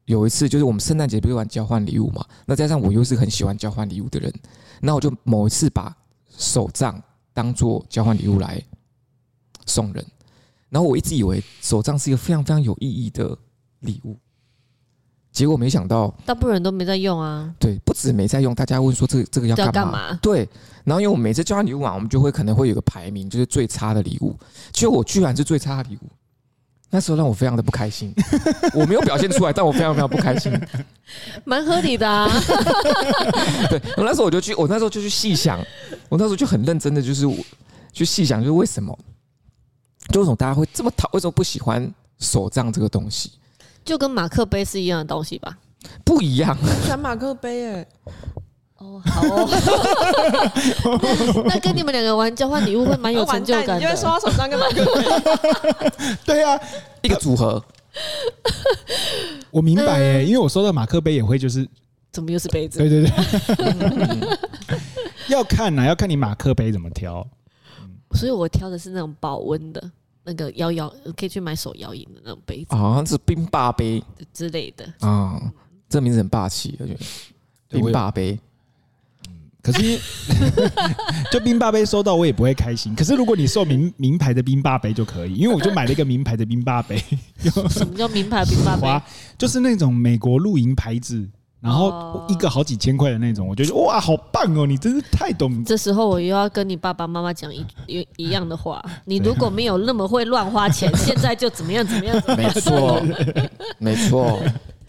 Speaker 5: 有一次，就是我们圣诞节不是玩交换礼物嘛，那加上我又是很喜欢交换礼物的人，那我就某一次把手账当做交换礼物来送人，然后我一直以为手账是一个非常非常有意义的礼物，结果没想到，”
Speaker 3: 大部分人都没在用啊，
Speaker 5: 对，不止没在用，大家问说这个这个要
Speaker 3: 这
Speaker 5: 干
Speaker 3: 要
Speaker 5: 嘛？
Speaker 3: 干嘛？
Speaker 5: 对，然后因为我每次交换礼物啊嘛，我们就会可能会有个排名，就是最差的礼物。结果我居然是最差的礼物，那时候让我非常的不开心。 我没有表现出来，但我非常非常不开心。
Speaker 3: 蛮合理的啊。
Speaker 5: 对，然后那时候我就去，我那时候就去细想，我那时候就很认真的，就是我去细想，就是为什么，就为什么大家会这么讨，为什么不喜欢手账这个东西？
Speaker 3: 就跟马克杯是一样的东西吧？
Speaker 5: 不一样，
Speaker 4: 传马克杯哎，
Speaker 3: 哦，好哦。 那跟你们两个玩交换礼物会蛮有成就感
Speaker 4: 哎完蛋你就会
Speaker 3: 的。
Speaker 4: 收到手上跟马克杯。
Speaker 2: 对啊，
Speaker 5: 一个组合。
Speaker 2: 我明白耶、因为我收到马克杯也会就是
Speaker 3: 怎么又是杯子？
Speaker 2: 对对对， 要看呐、啊要看你马克杯怎么挑。
Speaker 3: 所以我挑的是那种保温的。那个摇摇可以去买手摇饮的那种杯子
Speaker 5: 好像是冰霸杯
Speaker 3: 之类的，
Speaker 5: 啊、这名字很霸气，我觉得
Speaker 2: 对我
Speaker 5: 冰
Speaker 2: 有
Speaker 5: 霸杯。
Speaker 2: 可是因 为就冰霸杯收到我也不会开心。可是如果你送名名牌的冰霸杯就可以，因为我就买了一个名牌的冰霸 杯，
Speaker 3: 什么叫名牌冰霸杯？
Speaker 2: 哇，就是那种美国露营牌子，然后
Speaker 3: 哦
Speaker 2: 一个好几千块的那种，我就觉得哇，好棒哦，你真是太懂。
Speaker 3: 这时候我又要跟你爸爸妈妈讲一一一样 的话，你如果没有那么会乱花钱，现在就怎么样怎么样。怎么
Speaker 5: 没 错，没错。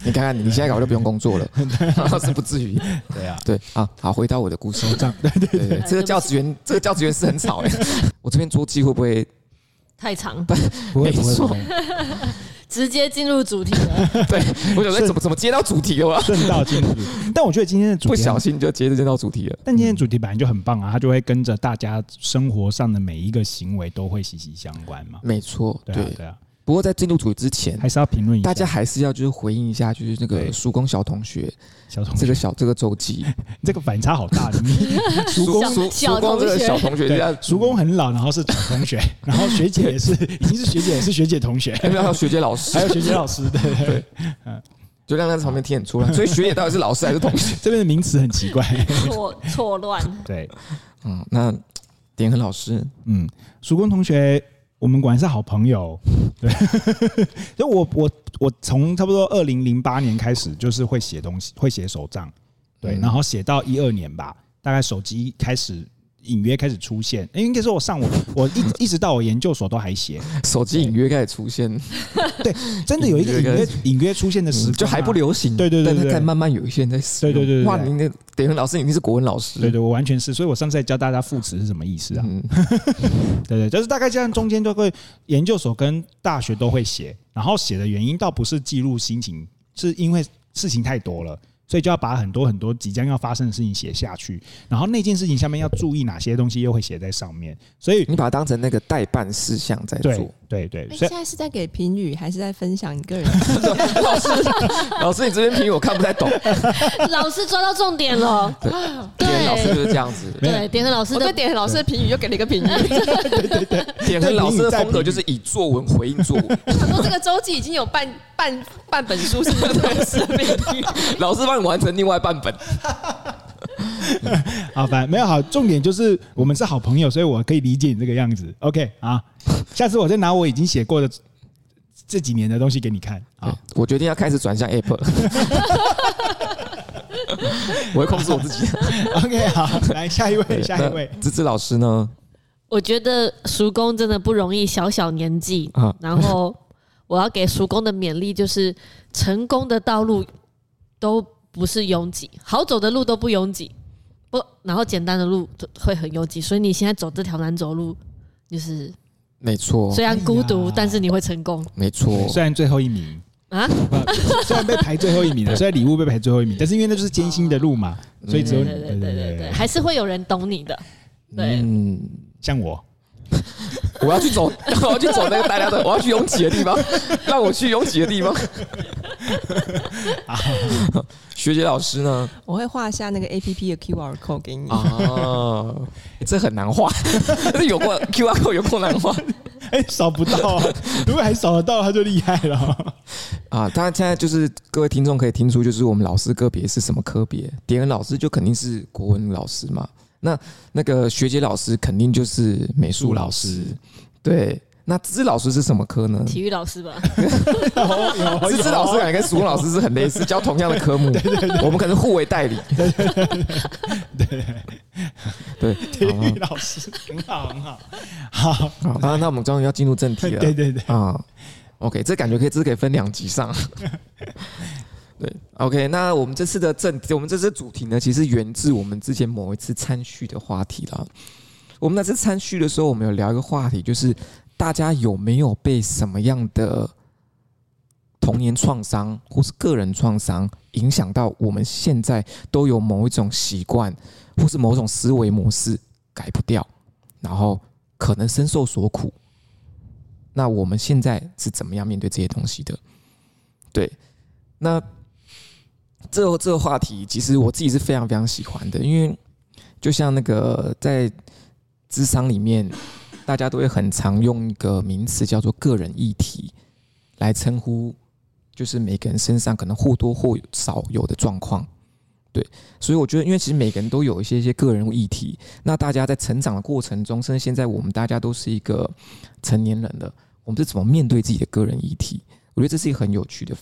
Speaker 5: 你看看，你现在搞就不用工作了， 是不至于。
Speaker 2: 啊对啊，
Speaker 5: 对啊，好，回到我的故事。
Speaker 2: 这样对对
Speaker 5: 对对，这个教职员，这个教职员是很吵哎、 我这边桌机会不会？
Speaker 3: 太长，
Speaker 2: 不会不
Speaker 5: 没
Speaker 2: 会
Speaker 5: 错
Speaker 2: 不会，
Speaker 3: 直接进入主题 了。
Speaker 5: 对我想说怎么怎么接到主题了？
Speaker 2: 顺道进入 主题。但我觉得今天的主
Speaker 5: 不
Speaker 2: 题啊很
Speaker 5: 小心就接接到主题了。
Speaker 2: 但今天的主题本来就很棒啊，它就会跟着大家生活上的每一个行为都会息息相关嘛。
Speaker 5: 没错，
Speaker 2: 对啊
Speaker 5: 对。
Speaker 2: 对啊，
Speaker 5: 不过在进入主题之前，
Speaker 2: 还是要评论一下
Speaker 5: 大家还是要就是回应一下，就是那个
Speaker 2: 对
Speaker 5: 叔公小同学
Speaker 2: 小同
Speaker 5: 这
Speaker 2: 学
Speaker 5: 个小这个周 记，
Speaker 2: 这个反差好大，你叔公
Speaker 3: 小
Speaker 5: 叔
Speaker 3: 小
Speaker 5: 叔公这
Speaker 3: 同
Speaker 5: 个
Speaker 3: 学
Speaker 5: 小同学，人
Speaker 2: 对
Speaker 5: 家
Speaker 2: 叔公很老，然后是小同学，然后学姐也 是已经是学姐，也是学姐同学，
Speaker 5: 还 有学姐老师
Speaker 2: 还，有学姐老师，对对对，
Speaker 5: 就让他在旁边听得 出来。所以学姐到底是老师还是同学？
Speaker 2: 这边的名词很奇怪，
Speaker 3: 错错乱，
Speaker 2: 对，
Speaker 5: 嗯，那点恒老师，
Speaker 2: 嗯，叔公同学，我我们果然是好朋友。对， 所以我我我从差不多二零零八年开始，就是会写东西，会写手账，对，
Speaker 5: 嗯
Speaker 2: 然后写到一二年吧，大概手机开始。隐约开始出现，诶应该说我上我我一一直到我研究所都还写，
Speaker 5: 手机隐约开始出现，
Speaker 2: 真的有一个
Speaker 5: 隐
Speaker 2: 隐
Speaker 5: 约
Speaker 2: 约隐约出现的时光
Speaker 5: 嗯
Speaker 2: 啊、
Speaker 5: 就还不流行，
Speaker 2: 对对对对
Speaker 5: 但它
Speaker 2: 对
Speaker 5: 看慢慢有一些人在使用，
Speaker 2: 对对对对
Speaker 5: 哇，
Speaker 2: 对
Speaker 5: 你那德文老师，你一定是国文老师，
Speaker 2: 对对，我完全是，所以我上次在教大家副词是什么意思啊？
Speaker 5: 嗯，
Speaker 2: 对对，就是大概这样，中间都会研究所跟大学都会写，然后写的原因倒不是记录心情，是因为事情太多了，所以就要把很多很多即将要发生的事情写下去，然后那件事情下面要注意哪些东西，又会写在上面，所以
Speaker 5: 你把它当成那个代办事项在
Speaker 2: 对
Speaker 5: 做。
Speaker 2: 对对，
Speaker 4: 哎
Speaker 2: 所
Speaker 4: 现
Speaker 2: 以
Speaker 4: 在是在给评语，还是在分享你个人？
Speaker 5: 老师，老师，你这边评语我看不太懂。
Speaker 3: 老师抓到重点了，
Speaker 5: 别人老师
Speaker 3: 对
Speaker 5: 就是这样子，
Speaker 3: 对，点和老师
Speaker 4: 我
Speaker 3: 的
Speaker 4: 对点老师的评语又给了一个 评语，
Speaker 5: 点恒老师的风格就是以作文回应作文，
Speaker 4: 他说这个周记已经有半半半本书是不 是的评语？
Speaker 5: 老师帮你完成另外半本。
Speaker 2: 啊，反正没有好，重点就是我们是好朋友，所以我可以理解你这个样子。OK 啊，下次我再拿我已经写过的这几年的东西给你看啊。
Speaker 5: 我决定要开始转向 App，我会控制我自 己。
Speaker 2: OK 好，来下一位，下一位。
Speaker 5: 那芝芝老师呢？
Speaker 3: 我觉得叔公真的不容易，小小年纪，
Speaker 5: 啊
Speaker 3: 然后我要给叔公的勉励就是，成功的道路都不是拥挤，好走的路都不拥挤，不，然后简单的路都会很拥挤，所以你现在走这条难走路，就是
Speaker 5: 没错
Speaker 3: 虽，然孤独，
Speaker 2: 哎呀
Speaker 3: 但是你会成功
Speaker 5: 没错。
Speaker 2: 虽然最后一名，
Speaker 3: 啊！
Speaker 2: 虽然被排最后一 名了，虽然礼物被排最后一名，但是因为那就是艰辛的路嘛，所以只有
Speaker 3: 啊对
Speaker 2: 你
Speaker 3: 对对对对对，还是会有人懂你的。对，
Speaker 5: 嗯，
Speaker 2: 像我，
Speaker 5: 我要去走， 我要去走那个大家的，我要去拥挤的地 方，让我去拥挤的地方。 学姐老师呢？
Speaker 4: 我会画下那个 A P P 的 Q R code 给你。
Speaker 5: 啊， 这很难画， 这有过 QR code 有过难画
Speaker 2: 哎，扫不到啊，如果还扫得到，他就厉害 了。
Speaker 5: 啊。当然，现在就是各位听众可以听出，就是我们老师个别是什么科别。点恩老师就肯定是国文老师嘛，那那个学姐老师肯定就是美术老师。对，那芝芝老师是什么科呢？
Speaker 3: 体育老师吧，
Speaker 2: 哦有啊
Speaker 5: 芝芝老师感觉跟苏文老师是很类似，教同样的 科目，我们可能互为代理。对
Speaker 2: 体
Speaker 3: 哦
Speaker 2: 育老师很好很 好，好，
Speaker 5: 好好，那那我们终于要进入正题了。
Speaker 2: 对对对，
Speaker 5: 啊、o k 这感觉可以，这可以分两集上。对，OK，那我们这次的正，我们这次主题呢，其实源自我们之前某一次参叙的话题啦。我们那次参叙的时候，我们有聊一个话题，就是大家有没有被什么样的童年创伤或是个人创伤影响到我们现在都有某一种习惯或是某种思维模式改不掉，然后可能深受所苦。那我们现在是怎么样面对这些东西的？对，那这个这个话题，其实我自己是非常非常喜欢的，因为就像那个在智商里面，大家都会很常用一个名词叫做个人议题来称呼，就是每个人身上可能或多或少有的状况。对，所以我觉得，因为其实每个人都有一些一些个人议题，那大家在成长的过程中，甚至现在我们大家都是一个成年人了，我们是怎么面对自己的个人议题？我觉得这是一个很有趣的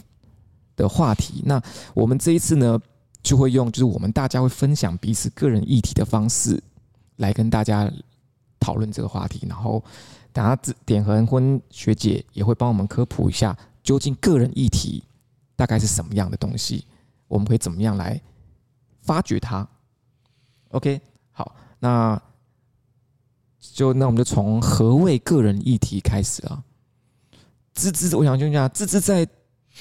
Speaker 5: 的话题。那我们这一次呢，就会用就是我们大家会分享彼此个人议题的方式，来跟大家讨论这个话题。然后，等下自点恒婚学姐也会帮我们科普一下，究竟个人议题大概是什么样的东西，我们可以怎么样来发掘它。OK，好，那就那我们就从何谓个人议题开始啊。芝芝，我想问一下，芝芝在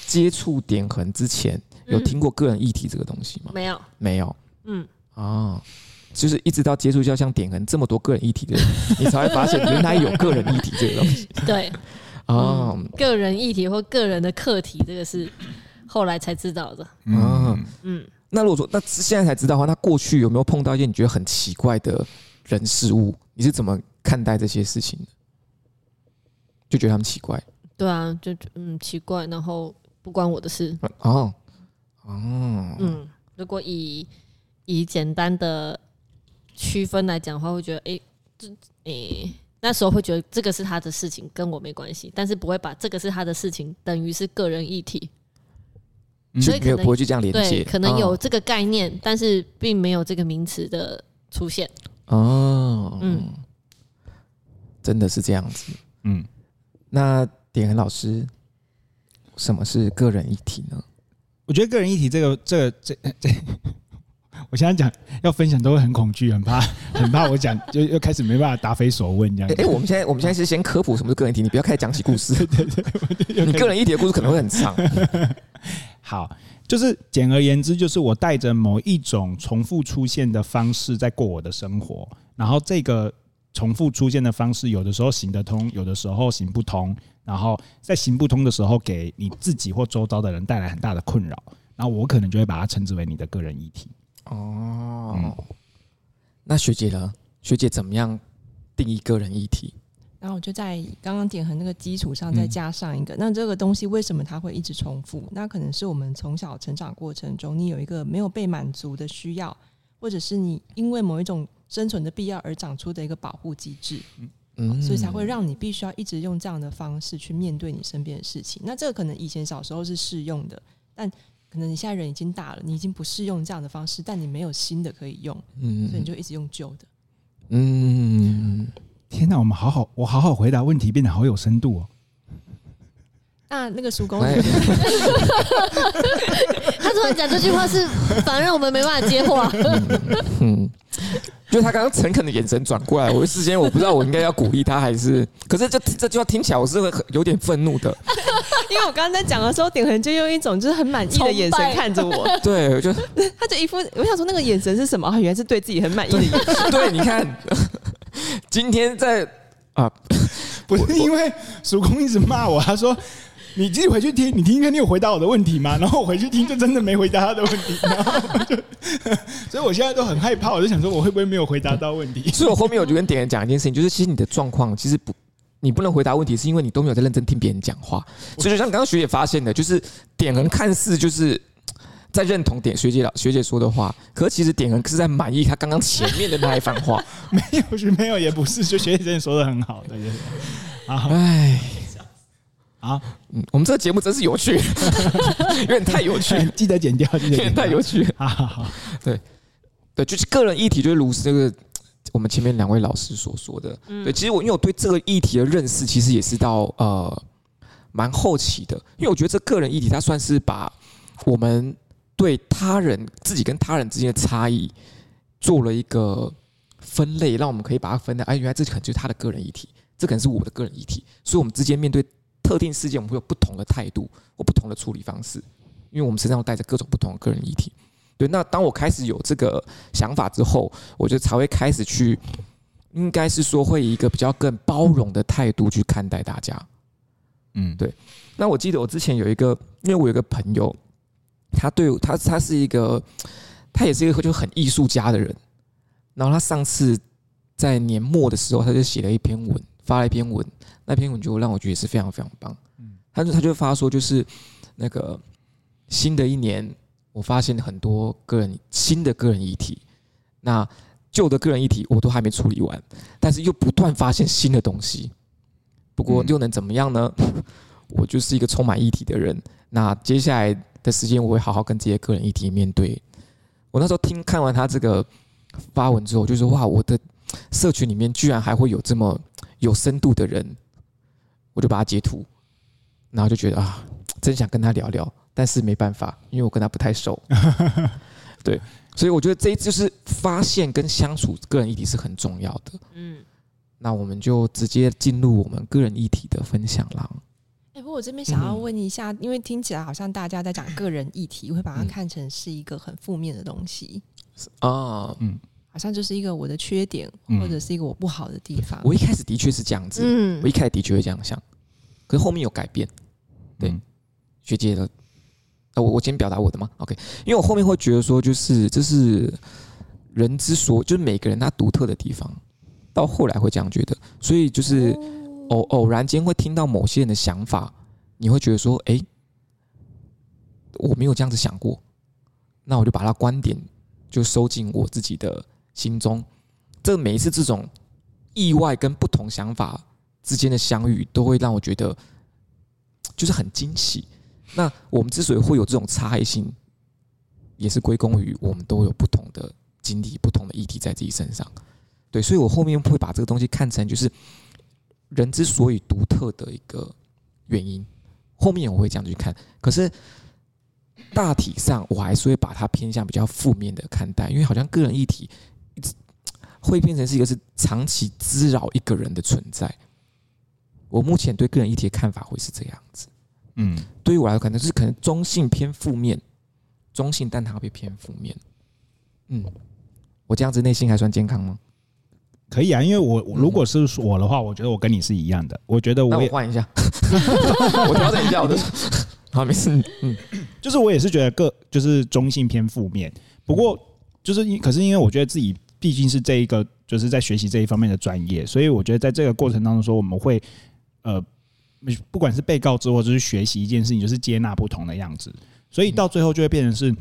Speaker 5: 接触点恒之前， 有
Speaker 3: 嗯
Speaker 5: 听过个人议题这个东西吗？
Speaker 3: 没有，
Speaker 5: 没有
Speaker 3: 嗯，
Speaker 5: 啊，就是一直到接触到像点恒这么多个人议题的人，你才会发现原来有个人议题这个东西
Speaker 3: 对，
Speaker 5: 啊。
Speaker 3: 个人议题或个人的课题，这个是后来才知道的。
Speaker 5: 嗯
Speaker 2: 嗯，
Speaker 3: 嗯，
Speaker 5: 那如果说那现在才知道的话，那过去有没有碰到一些你觉得很奇怪的人事物？你是怎么看待这些事情的？就觉得他们奇怪
Speaker 3: 对啊，就就嗯奇怪，然后不关我的事。
Speaker 5: 哦哦，
Speaker 3: 嗯，如果以以简单的区分来讲的话，会觉得诶，这诶、那时候会觉得这个是他的事情，跟我没关系，但是不会把这个是他的事情等于是个人议题。所以
Speaker 5: 没
Speaker 3: 可
Speaker 5: 有
Speaker 3: 能
Speaker 5: 不会去这样连
Speaker 3: 对，
Speaker 5: 接，
Speaker 3: 可能有
Speaker 5: 哦
Speaker 3: 这个概念，但是并没有这个名词的出现。
Speaker 5: 哦，嗯
Speaker 3: 嗯，
Speaker 5: 真的是这样子。
Speaker 2: 嗯，
Speaker 5: 那点恒老师，什么是个人议题呢？
Speaker 2: 我觉得个人议题这个这个这这， 我现在讲要分享都会很恐惧，很怕很怕我讲就又开始没办法答非所问这样
Speaker 5: 哎、
Speaker 2: 子。
Speaker 5: 哎我们现在我们现在是先科普什么是个人议题，你不要开始讲起故事。你个人议题的故事可能会很长。
Speaker 2: 好，就是简而言之，就是我带着某一种重复出现的方式在过我的生活，然后这个重复出现的方式，有的时候行得通，有的时候行不通，然后在行不通的时候，给你自己或周遭的人带来很大的困扰，然后我可能就会把它称之为你的个人议题。
Speaker 5: 哦，那学姐呢？学姐怎么样定义个人议题？
Speaker 4: 然后我就在刚刚点恒那个基础上再
Speaker 2: 嗯
Speaker 4: 加上一个，那这个东西为什么它会一直重复？那可能是我们从小成长过程中，你有一个没有被满足的需要，或者是你因为某一种生存的必要而长出的一个保护机制，
Speaker 5: 嗯
Speaker 4: 所以才会让你必须要一直用这样的方式去面对你身边的事情。那这个可能以前小时候是适用的，但可能你现在人已经大了，你已经不适用这样的方式，但你没有新的可以用，
Speaker 5: 嗯
Speaker 4: 所以你就一直用旧的。
Speaker 5: 嗯，
Speaker 2: 天哪，我们好好，我好好回答问题，变得好有深度哦。
Speaker 4: 那那个叔公，
Speaker 5: 哎
Speaker 3: 他突然讲这句话是，反而让我们没办法接话。
Speaker 5: 嗯，就他刚刚诚恳的眼神转过来，我一时间我不知道我应该要鼓励他还 是，可是这这句话听起来我是会很有点愤怒的，
Speaker 4: 因为我刚刚在讲的时候，点恒就用一种就是很满意的眼神看着我，
Speaker 5: 对，我就
Speaker 4: 他就一副我想说那个眼神是什么？啊原来是对自 己很满意 的眼神。
Speaker 5: 对，你看，今天在
Speaker 2: 不是因为叔公一直骂我，他说你自己回去听，你听看你有回答我的问题吗？ 然后我回去听，就真的没回答他的问题，然后我就， 所以我现在都很害怕，我就想说我会不会没有回答到问题？
Speaker 5: 所以我后面我就跟点人讲一件事情，就是其实你的状况其实不，你不能回答问题，是因为你都没有在认真听别人讲话。所以就像刚刚学姐发现的，就是点人看似就是在认同点学姐老学姐说的话，可其实点人是在满意他刚刚前面的那一番话。
Speaker 2: 没有是没有，也不是，就学姐真的说的很好，对对对，啊
Speaker 5: 哎，
Speaker 2: 啊，
Speaker 5: 嗯，我们这个节目真是有趣，有点太有趣，
Speaker 2: 记得剪掉，记得
Speaker 5: 有点
Speaker 2: 剪掉
Speaker 5: 太，有趣。
Speaker 2: 好好好，
Speaker 5: 对，就是个人议题，就是如这个我们前面两位老师所说的。对，其实我因为我对这个议题的认识，其实也是到呃蛮后期的，因为我觉得这个人议题它算是把我们对他人、自己跟他人之间的差异做了一个分类，让我们可以把它分的，哎，原来这可能就是他的个人议题，这可能是我的个人议题，所以我们之间面对特定事件，我们会有不同的态度或不同的处理方式，因为我们身上带着各种不同的个人议题。对，那当我开始有这个想法之后，我就才会开始去，应该是说会以一个比较更包容的态度去看待大家。
Speaker 2: 嗯
Speaker 5: 对那我记得我之前有一个，因为我有一个朋友，他对我他他是一个，他也是一个就很艺术家的人。然后他上次在年末的时候，他就写了一篇文，发了一篇文，那篇文就让我觉得也是非常非常棒。
Speaker 2: 嗯
Speaker 5: 他就他就发说，就是那个新的一年，我发现很多个人新的个人议题，那旧的个人议题我都还没处理完，但是又不断发现新的东西。不过
Speaker 2: 嗯
Speaker 5: 又能怎么样呢？我就是一个充满议题的人。那接下来的时间，我会好好跟这些个人议题面对。我那时候听看完他这个发文之后，我就说：哇，我的社群里面居然还会有这么有深度的人，我就把它截图，然后就觉得啊，真想跟他聊聊，但是没办法，因为我跟他不太熟。对，所以我觉得这一就是发现跟相处个人议题是很重要的。
Speaker 3: 嗯，
Speaker 5: 那我们就直接进入我们个人议题的分享啦。
Speaker 4: 哎、不过我这边想要问一下，因为听起来好像大家在讲个人议题，会把它
Speaker 5: 嗯
Speaker 4: 看成是一个很负面的东西，
Speaker 5: 啊，
Speaker 4: 好像就是一个我的缺点，
Speaker 2: 嗯
Speaker 4: 或者是一个我不好的地方。
Speaker 5: 我一开始的确是这样子，
Speaker 3: 嗯
Speaker 5: 我一开始的确会这样想，可是后面有改变。对学姐的，呃，我我先表达我的吗？OK，因为我后面会觉得说，就是这是人之所，就是每个人他独特的地方，到后来会这样觉得，所以就是
Speaker 3: 哦
Speaker 5: 偶哦偶然间会听到某些人的想法，你会觉得说，诶，我没有这样子想过，那我就把他观点就收进我自己的心中。这每一次这种意外跟不同想法之间的相遇，都会让我觉得就是很惊喜。那我们之所以会有这种差异性，也是归功于我们都有不同的经历、不同的议题在自己身上。对，所以我后面会把这个东西看成就是人之所以独特的一个原因。后面我会这样去看，可是大体上我还是会把它偏向比较负面的看待，因为好像个人议题一直会变成是一个是长期滋扰一个人的存在。我目前对个人议题的看法会是这样子。
Speaker 2: 嗯，
Speaker 5: 对于我来说，可能是可能中性偏负面，中性，但它会偏负面。嗯，我这样子内心还算健康吗？
Speaker 2: 可以啊，因为我我
Speaker 5: 嗯
Speaker 2: 如果是我的话，我觉得我跟你是一样的，我觉得
Speaker 5: 那
Speaker 2: 我
Speaker 5: 我
Speaker 2: 也
Speaker 5: 换一下，我
Speaker 1: 哦
Speaker 5: 调整一下我的。好，没事。嗯，
Speaker 2: 就是我也是觉得个就是中性偏负面，不过就是因可是因为我觉得自己毕竟是这一个就是在学习这一方面的专业，所以我觉得在这个过程当中说我们会呃不管是被告知或者是学习一件事情，就是接纳不同的样子，所以到最后就会变成是。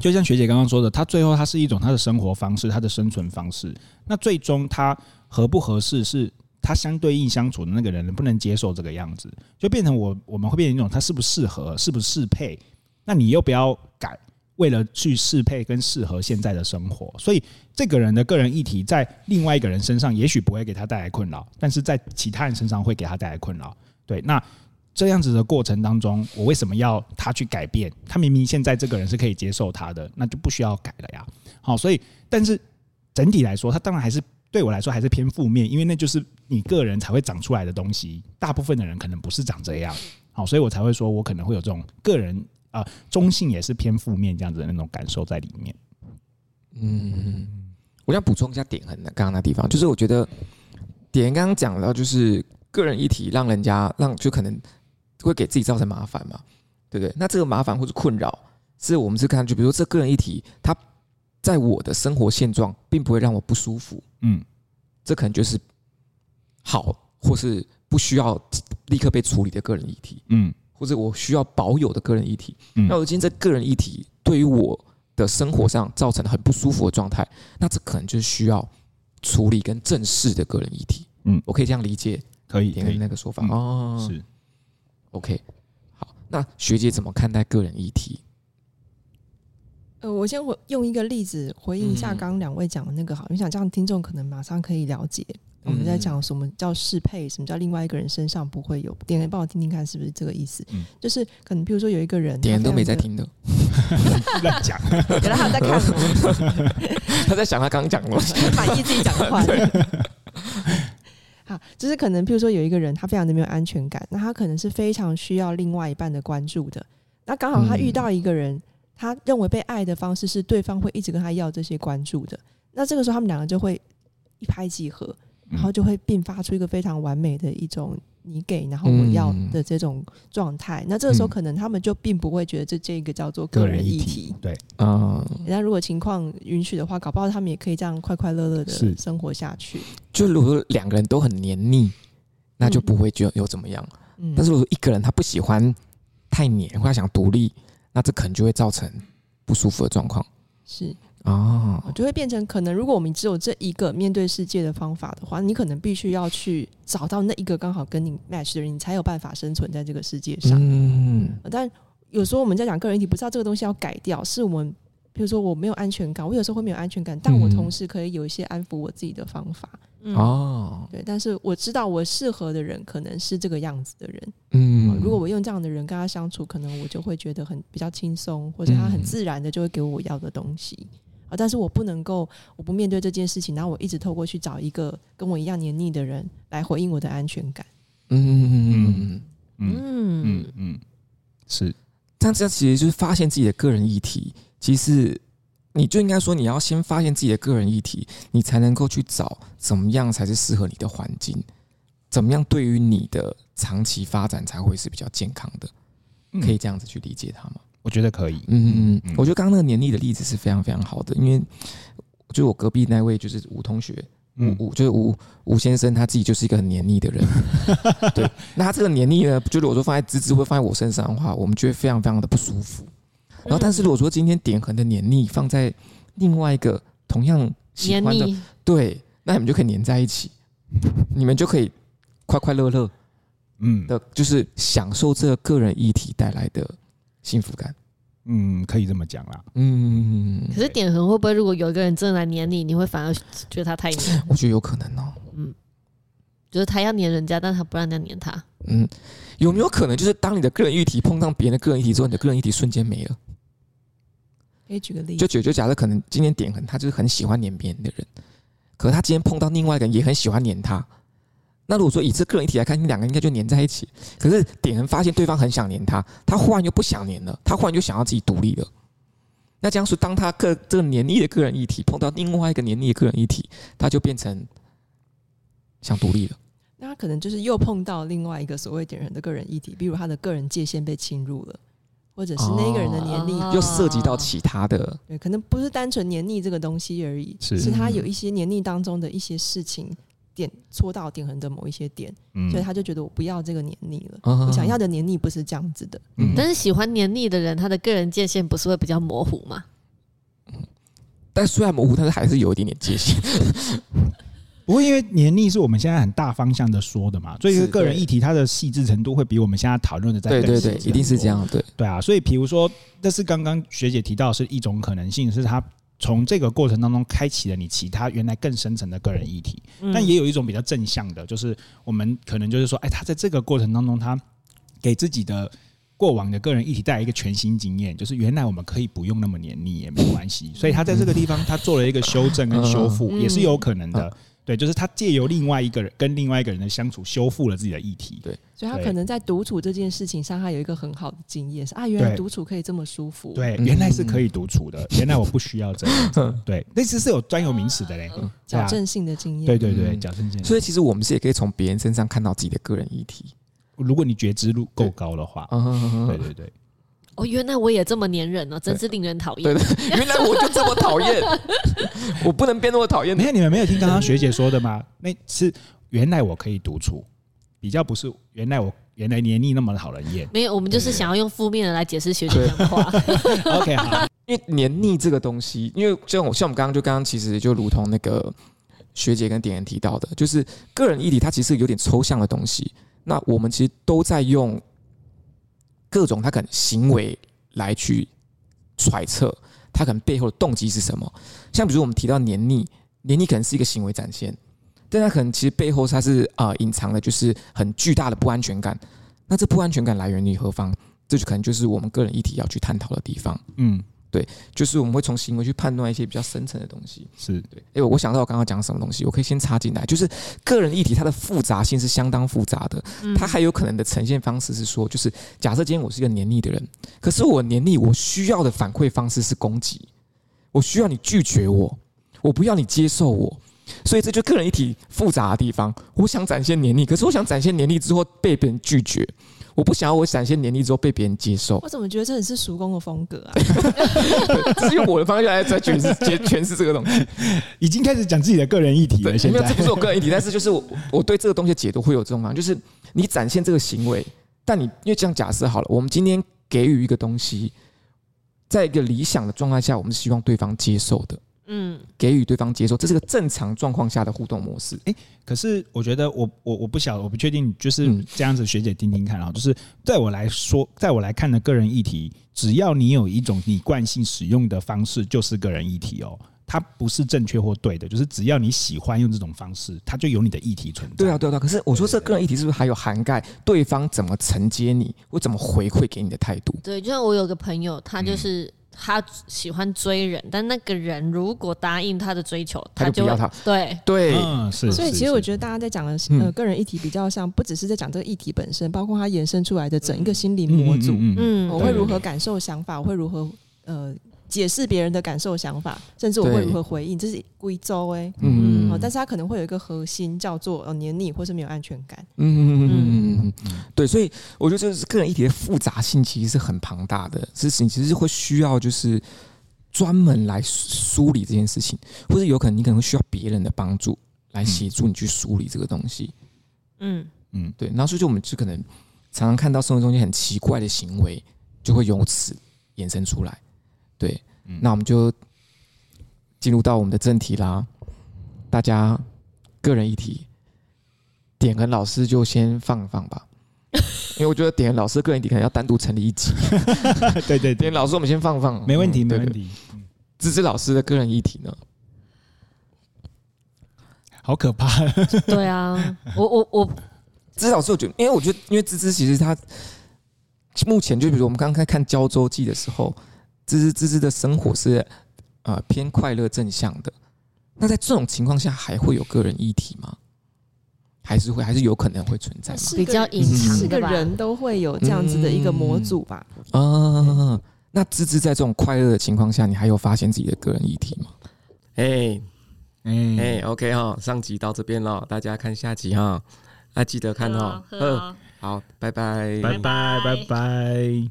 Speaker 2: 就像学姐刚刚说的，她最后她是一种她的生活方式，她的生存方式。那最终她合不合适，是她相对应相处的那个人能不能接受这个样子，就变成我我们会变成一种她适不适合，适不适配，那你又不要改，为了去适配跟适合现在的生活，所以这个人的个人议题在另外一个人身上也许不会给他带来困扰，但是在其他人身上会给他带来困扰。对，那这样子的过程当中，我为什么要他去改变？他明明现在这个人是可以接受他的，那就不需要改了呀。好，所以但是整体来说，他当然还是。对我来说还是偏负面，因为那就是你个人才会长出来的东西，大部分的人可能不是长这样，好，所以我才会说我可能会有这种个人中性也是偏负面这样子的那种感受在里面。
Speaker 5: 嗯我想补充一下点恒的刚刚那地方，就是我觉得点恒刚刚讲到，就是个人议题让人家让就可能会给自己造成麻烦嘛，对不对？那这个麻烦或者困扰，是我们是看，就比如说这个人议题，它在我的生活现状并不会让我不舒服，
Speaker 2: 嗯
Speaker 5: 这可能就是好或是不需要立刻被处理的个人议题。
Speaker 2: 嗯
Speaker 5: 或者我需要保有的个人议题。
Speaker 2: 嗯
Speaker 5: 那我今天这个人议题对于我的生活上造成很不舒服的状态，那这可能就是需要处理跟正视的个人议题。
Speaker 2: 嗯
Speaker 5: 我可以这样理解
Speaker 2: 可以
Speaker 5: 点
Speaker 2: 可
Speaker 5: 的
Speaker 2: 以，
Speaker 5: 那个说法、
Speaker 2: 嗯
Speaker 5: 哦。
Speaker 2: 是
Speaker 5: OK，好，那学姐怎么看待个人议题？
Speaker 4: 呃，我先回用一个例子回应一下
Speaker 5: 嗯
Speaker 4: 刚刚两位讲的那个好，因为想这样听众可能马上可以了解
Speaker 5: 嗯
Speaker 4: 我们在讲什么叫适配，什么叫另外一个人身上不会有。点点帮我听听看是不是这个意思？
Speaker 2: 嗯
Speaker 4: 就是可能比如说有一个人，
Speaker 5: 点
Speaker 4: 他
Speaker 5: 都
Speaker 4: 非
Speaker 5: 没在
Speaker 4: 常
Speaker 5: 听的，
Speaker 2: 乱讲。
Speaker 4: 的，原来他在看我，
Speaker 5: 她在想她 刚讲的 东西。
Speaker 4: 很满意自己讲的话。 好，就是可能，比如说有一个人，他非常的没有安全感，那他可能是非常需要另外一半的关注的。那刚好他遇到一个人，他认为被爱的方式是对方会一直跟他要这些关注的。那这个时候，他们两个就会一拍即合，
Speaker 2: 嗯
Speaker 4: 然后就会并发出一个非常完美的一种你给，然后我要的这种状态。那这个时候，
Speaker 5: 嗯
Speaker 4: 可能他们就并不会觉得这这个叫做个人议题。，
Speaker 2: 对，呃
Speaker 5: 嗯，
Speaker 4: 那如果情况允许的话，搞不好他们也可以这样快快乐乐
Speaker 2: 是
Speaker 4: 的生活下去。
Speaker 5: 就如果说两个人都很黏腻，那就
Speaker 4: 嗯
Speaker 5: 不会觉得有怎么样。
Speaker 4: 嗯，
Speaker 5: 但是如果一个人他不喜欢太黏，或他想独立，那这可能就会造成不舒服的状况
Speaker 4: 是
Speaker 5: 哦。
Speaker 4: 就会变成可能，如果我们只有这一个面对世界的方法的话，你可能必须要去找到那一个刚好跟你 match 的人，你才有办法生存在这个世界上。
Speaker 5: 嗯，
Speaker 4: 呃但有时候我们在讲个人议题，不知道这个东西要改掉，是我们。比如说我没有安全感，我有时候会没有安全感，但我
Speaker 5: 嗯
Speaker 4: 同时可以有一些安抚我自己的方法，
Speaker 3: 嗯，
Speaker 5: 哦，
Speaker 4: 对。但是我知道我适合的人可能是这个样子的人，
Speaker 5: 嗯，
Speaker 4: 哦如果我用这样的人跟他相处，可能我就会觉得很比较轻松，或者他
Speaker 5: 嗯
Speaker 4: 很自然的就会给我我要的东西。啊，但是我不能够，我不面对这件事情，然后我一直透过去找一个跟我一样黏腻的人来回应我的安全感。
Speaker 5: 嗯，
Speaker 2: 嗯
Speaker 3: 嗯
Speaker 2: 嗯嗯，是
Speaker 5: 但这其实就是发现自己的个人议题。其实你就应该说，你要先发现自己的个人议题，你才能够去找怎么样才是适合你的环境，怎么样对于你的长期发展才会是比较健康的。可以，这样子去理解它吗？
Speaker 2: 嗯我觉得可以。
Speaker 5: 嗯，
Speaker 2: 嗯
Speaker 5: 我觉得刚刚那个年历的例子是非常非常好的，因为就我隔壁那位就是吴同学，
Speaker 2: 嗯
Speaker 5: 吴就是吴吴先生，他自己就是一个很黏腻的 人。对，那他这个黏腻呢，就如果说放在芝芝或放在我身上的话，我们就会非常非常的不舒服。然后，但是如果说今天点恒的黏腻放在另外一个同样喜
Speaker 3: 黏
Speaker 5: 欢的，
Speaker 3: 腻，
Speaker 5: 对，那你们就可以黏在一起。你们就可以快快乐乐
Speaker 2: 嗯
Speaker 5: 的，就是享受这个个人议题带来的幸福感。
Speaker 2: 嗯，可以这么讲啦。
Speaker 5: 嗯，
Speaker 3: 可是点恒会不会，如果有一个人真的来黏你，你会反而觉得他太
Speaker 2: 嗯
Speaker 3: 黏，
Speaker 5: 我觉得有可能哦、
Speaker 3: 就是他要黏人家，但他不让人家黏他。
Speaker 5: 嗯，有没有可能就是当你的个人议题碰上别人的个人议题之后，你的个人议题瞬间没了？
Speaker 4: 可以举个
Speaker 2: 嗯
Speaker 4: 例
Speaker 5: 就
Speaker 4: 子，
Speaker 5: 觉就假设可能今天点很他就是很喜欢黏别人的人，可是他今天碰到另外一个人也很喜欢黏他。那如果说以这个人议题来看，你两个应该就黏在一起。可是点恒发现对方很想黏他，他忽然又不想黏了，他忽然就想要自己独立了。那这样说，当他个这个黏腻的个人议题碰到另外一个黏腻的个人议题，他就变成想独立了。
Speaker 4: 那他可能就是又碰到另外一个所谓点人的个人议题，比如他的个人界限被侵入了，或者是那个人的年龄
Speaker 3: 哦
Speaker 5: 又涉及到其他的，
Speaker 4: 对，可能不是单纯黏腻这个东西而已，
Speaker 2: 是
Speaker 4: 是他有一些黏腻当中的一些事情点戳到点恒的某一些点，
Speaker 2: 嗯，
Speaker 4: 所以他就觉得我不要这个黏腻了，
Speaker 5: 我
Speaker 4: 我想要的黏腻不是这样子的，
Speaker 2: 嗯
Speaker 3: 但是喜欢黏腻的人，他的个人界限不是会比较模糊吗？
Speaker 5: 但虽然模糊，但是还是有一点点界限。
Speaker 2: 不过因为年龄是我们现在很大方向的说的嘛，所以
Speaker 5: 是
Speaker 2: 个人
Speaker 5: 对
Speaker 2: 议题它的细致程度会比我们现在讨论的在
Speaker 5: 对对对，一定是这。样。对，
Speaker 2: 对啊，所以比如说，这是刚刚学姐提到的是一种可能性，是她从这个过程当中开启了你其他原来更深层的个人议题。
Speaker 3: 嗯
Speaker 2: 但也有一种比较正向的，就是我们可能就是说，哎，他在这个过程当中，他给自己的过往的个人议题带来一个全新经验，就是原来我们可以不用那么黏腻也没关系，所以他在这个地方他做了一个修正跟修复，
Speaker 3: 嗯
Speaker 2: 也是有可能的。对，就是他借由另外一个人跟另外一个人的相处，修复了自己的议题。
Speaker 4: 所以他
Speaker 2: 对
Speaker 4: 可能在独处这件事情上，他有一个很好的经验，是啊，原
Speaker 2: 对
Speaker 4: 来独处可以这么舒服，，
Speaker 2: 对，
Speaker 5: 嗯
Speaker 2: 原来是可以独处的，原来我不需要这样子。对，那其实是有专有名词的嘞。对
Speaker 4: 矫
Speaker 2: 啊
Speaker 4: 正性的经验，
Speaker 2: 对对对，
Speaker 5: 嗯
Speaker 2: 矫正性。
Speaker 5: 所以其实我们是也可以从别人身上看到自己的个人议题。
Speaker 2: 如果你觉知度够高的话，
Speaker 4: 嗯
Speaker 5: 啊
Speaker 2: 对对对，
Speaker 3: 哦，原来我也这么黏人哦，真是令人讨厌。。
Speaker 5: 对对，原来我就这么 讨厌，我不能变那么讨厌
Speaker 2: 没。有，你们没有听刚刚学姐说的吗？那是原来我可以独处，比较不是原来我原来黏腻那么讨人厌
Speaker 3: 没有，我们就是
Speaker 2: 对对对
Speaker 3: 想要用负面的来解释学姐讲的话。
Speaker 2: OK，好，
Speaker 5: 因为黏腻这个东西，因为像我像我们刚刚就刚刚其实就如同那个学姐跟点人提到的，就是个人议题它其实有点抽象的东西。那我们其实都在用各种他可能行为来去揣测他可能背后的动机是什么。像比如我们提到黏腻，黏腻可能是一个行为展现，但它可能其实背后它是呃隐藏的就是很巨大的不安全感。那这不安全感来源于何方？这就可能就是我们个人议题要去探讨的地方。
Speaker 2: 嗯，
Speaker 5: 就是我们会从行为去判断一些比较深层的东西。
Speaker 2: 是
Speaker 5: 对，哎、我想到我刚刚讲什么东西，我可以先插进来。就是个人议题它的复杂性是相当复杂的，
Speaker 3: 嗯
Speaker 5: 它还有可能的呈现方式是说，就是假设今天我是一个黏腻的人，可是我黏腻，我需要的反馈方式是攻击，我需要你拒绝我，我不要你接受我。所以这就个人议题复杂的地方。我想展现黏腻，可是我想展现黏腻之后被别人拒绝，我不想要我展现黏腻之后被别人接受。
Speaker 4: 我怎么觉得这很是叔公的风格啊？
Speaker 5: 这是用我的方向来在诠释诠诠释这个东西。
Speaker 2: 已经开始讲自己的个人议题了。
Speaker 5: 对，
Speaker 2: 现
Speaker 5: 没有，这
Speaker 2: 在
Speaker 5: 不是我个人议题，但是就是我我对这个东西的解读会有这种方，就是你展现这个行为，但你因为这样假设好了，我们今天给予一个东西，在一个理想的状态下，我们是希望对方接受的，
Speaker 3: 嗯，
Speaker 5: 给予对方接受，这是个正常状况下的互动模式。
Speaker 2: 可是我觉得我我我不晓我不确定，就是
Speaker 5: 嗯
Speaker 2: 这样子，学姐听听看啊。就是在我来说，在我来看的个人议题，只要你有一种你惯性使用的方式，就是个人议题哦。它不是正确或对的，就是只要你喜欢用这种方式，它就有你的议题存在。
Speaker 5: 对啊，对啊，对啊。可是我说这个人议题是不是还有涵盖对方怎么承接你，或怎么回馈给你的态度？
Speaker 3: 对，就像我有个朋友，他
Speaker 5: 嗯
Speaker 3: 就是、他喜欢追人，但那个人如果答应他的追求，
Speaker 5: 他就
Speaker 3: 就
Speaker 5: 不
Speaker 3: 会
Speaker 5: 要他
Speaker 3: 对。
Speaker 5: 对，
Speaker 2: 嗯，是。
Speaker 4: 所以其实我觉得大家在讲的是呃
Speaker 5: 嗯
Speaker 4: 个人议题比较像，不只是在讲这个议题本身，包括它延伸出来的整一个心理模组。
Speaker 2: 嗯
Speaker 3: 嗯，
Speaker 4: 我
Speaker 2: 对
Speaker 4: 会如何感受想法，我会如何呃解释别人的感受想法，甚至我会
Speaker 5: 对
Speaker 4: 如何回应，这是贵州哎。
Speaker 5: 嗯
Speaker 4: 哦，但是它可能会有一个核心叫做呃黏腻或是没有安全感，
Speaker 5: 嗯，对，所以我觉得就是个人议题的复杂性其实是很庞大的事情，其实是会需要就是专门来梳理这件事情，或者有可能你可能会需要别人的帮助来协助你去梳理这个东西。
Speaker 3: 嗯，
Speaker 2: 嗯，
Speaker 5: 对，然后所以就我们就可能常常看到生活中一些很奇怪的行为，就会由此衍生出来。对，
Speaker 2: 嗯
Speaker 5: 那我们就进入到我们的正题啦。大家个人议题点恒老师就先放放吧，因为我觉得点恒老师个人底可能要单独成立一集。
Speaker 2: 对对
Speaker 5: 点
Speaker 2: 对，
Speaker 5: 恒老师我们先放放，
Speaker 2: 没问题，
Speaker 5: 嗯
Speaker 2: 没
Speaker 5: 对
Speaker 2: 问
Speaker 5: 对
Speaker 2: 题。
Speaker 5: 芝芝老师的个人议题呢？
Speaker 2: 好可怕！
Speaker 3: 对啊，我我我
Speaker 5: 芝芝老师，我觉得，因为我觉得，因为芝芝其实她目前就比如我们刚才看《胶州记》的时候，芝芝芝芝的生活是呃偏快乐正向的。那在这种情况下，还会有个人议题吗？还是会，还是有可能会存在吗？
Speaker 4: 是
Speaker 3: 比
Speaker 4: 个
Speaker 3: 较隐
Speaker 5: 藏
Speaker 4: 是
Speaker 3: 的
Speaker 4: 个
Speaker 3: 吧
Speaker 4: 人都会有这样子的一个模组吧。
Speaker 5: 啊，那芝芝在这种快乐的情况下，你还有发现自己的个人议题吗？
Speaker 1: 哎
Speaker 2: 哎
Speaker 1: 哎，OK 哈，上集到这边了，大家看下集哈，啊，记得看
Speaker 3: 喝
Speaker 1: 哦
Speaker 3: 啊。喝
Speaker 1: 嗯，
Speaker 3: 啊
Speaker 1: 好，拜拜，
Speaker 2: 拜拜拜拜。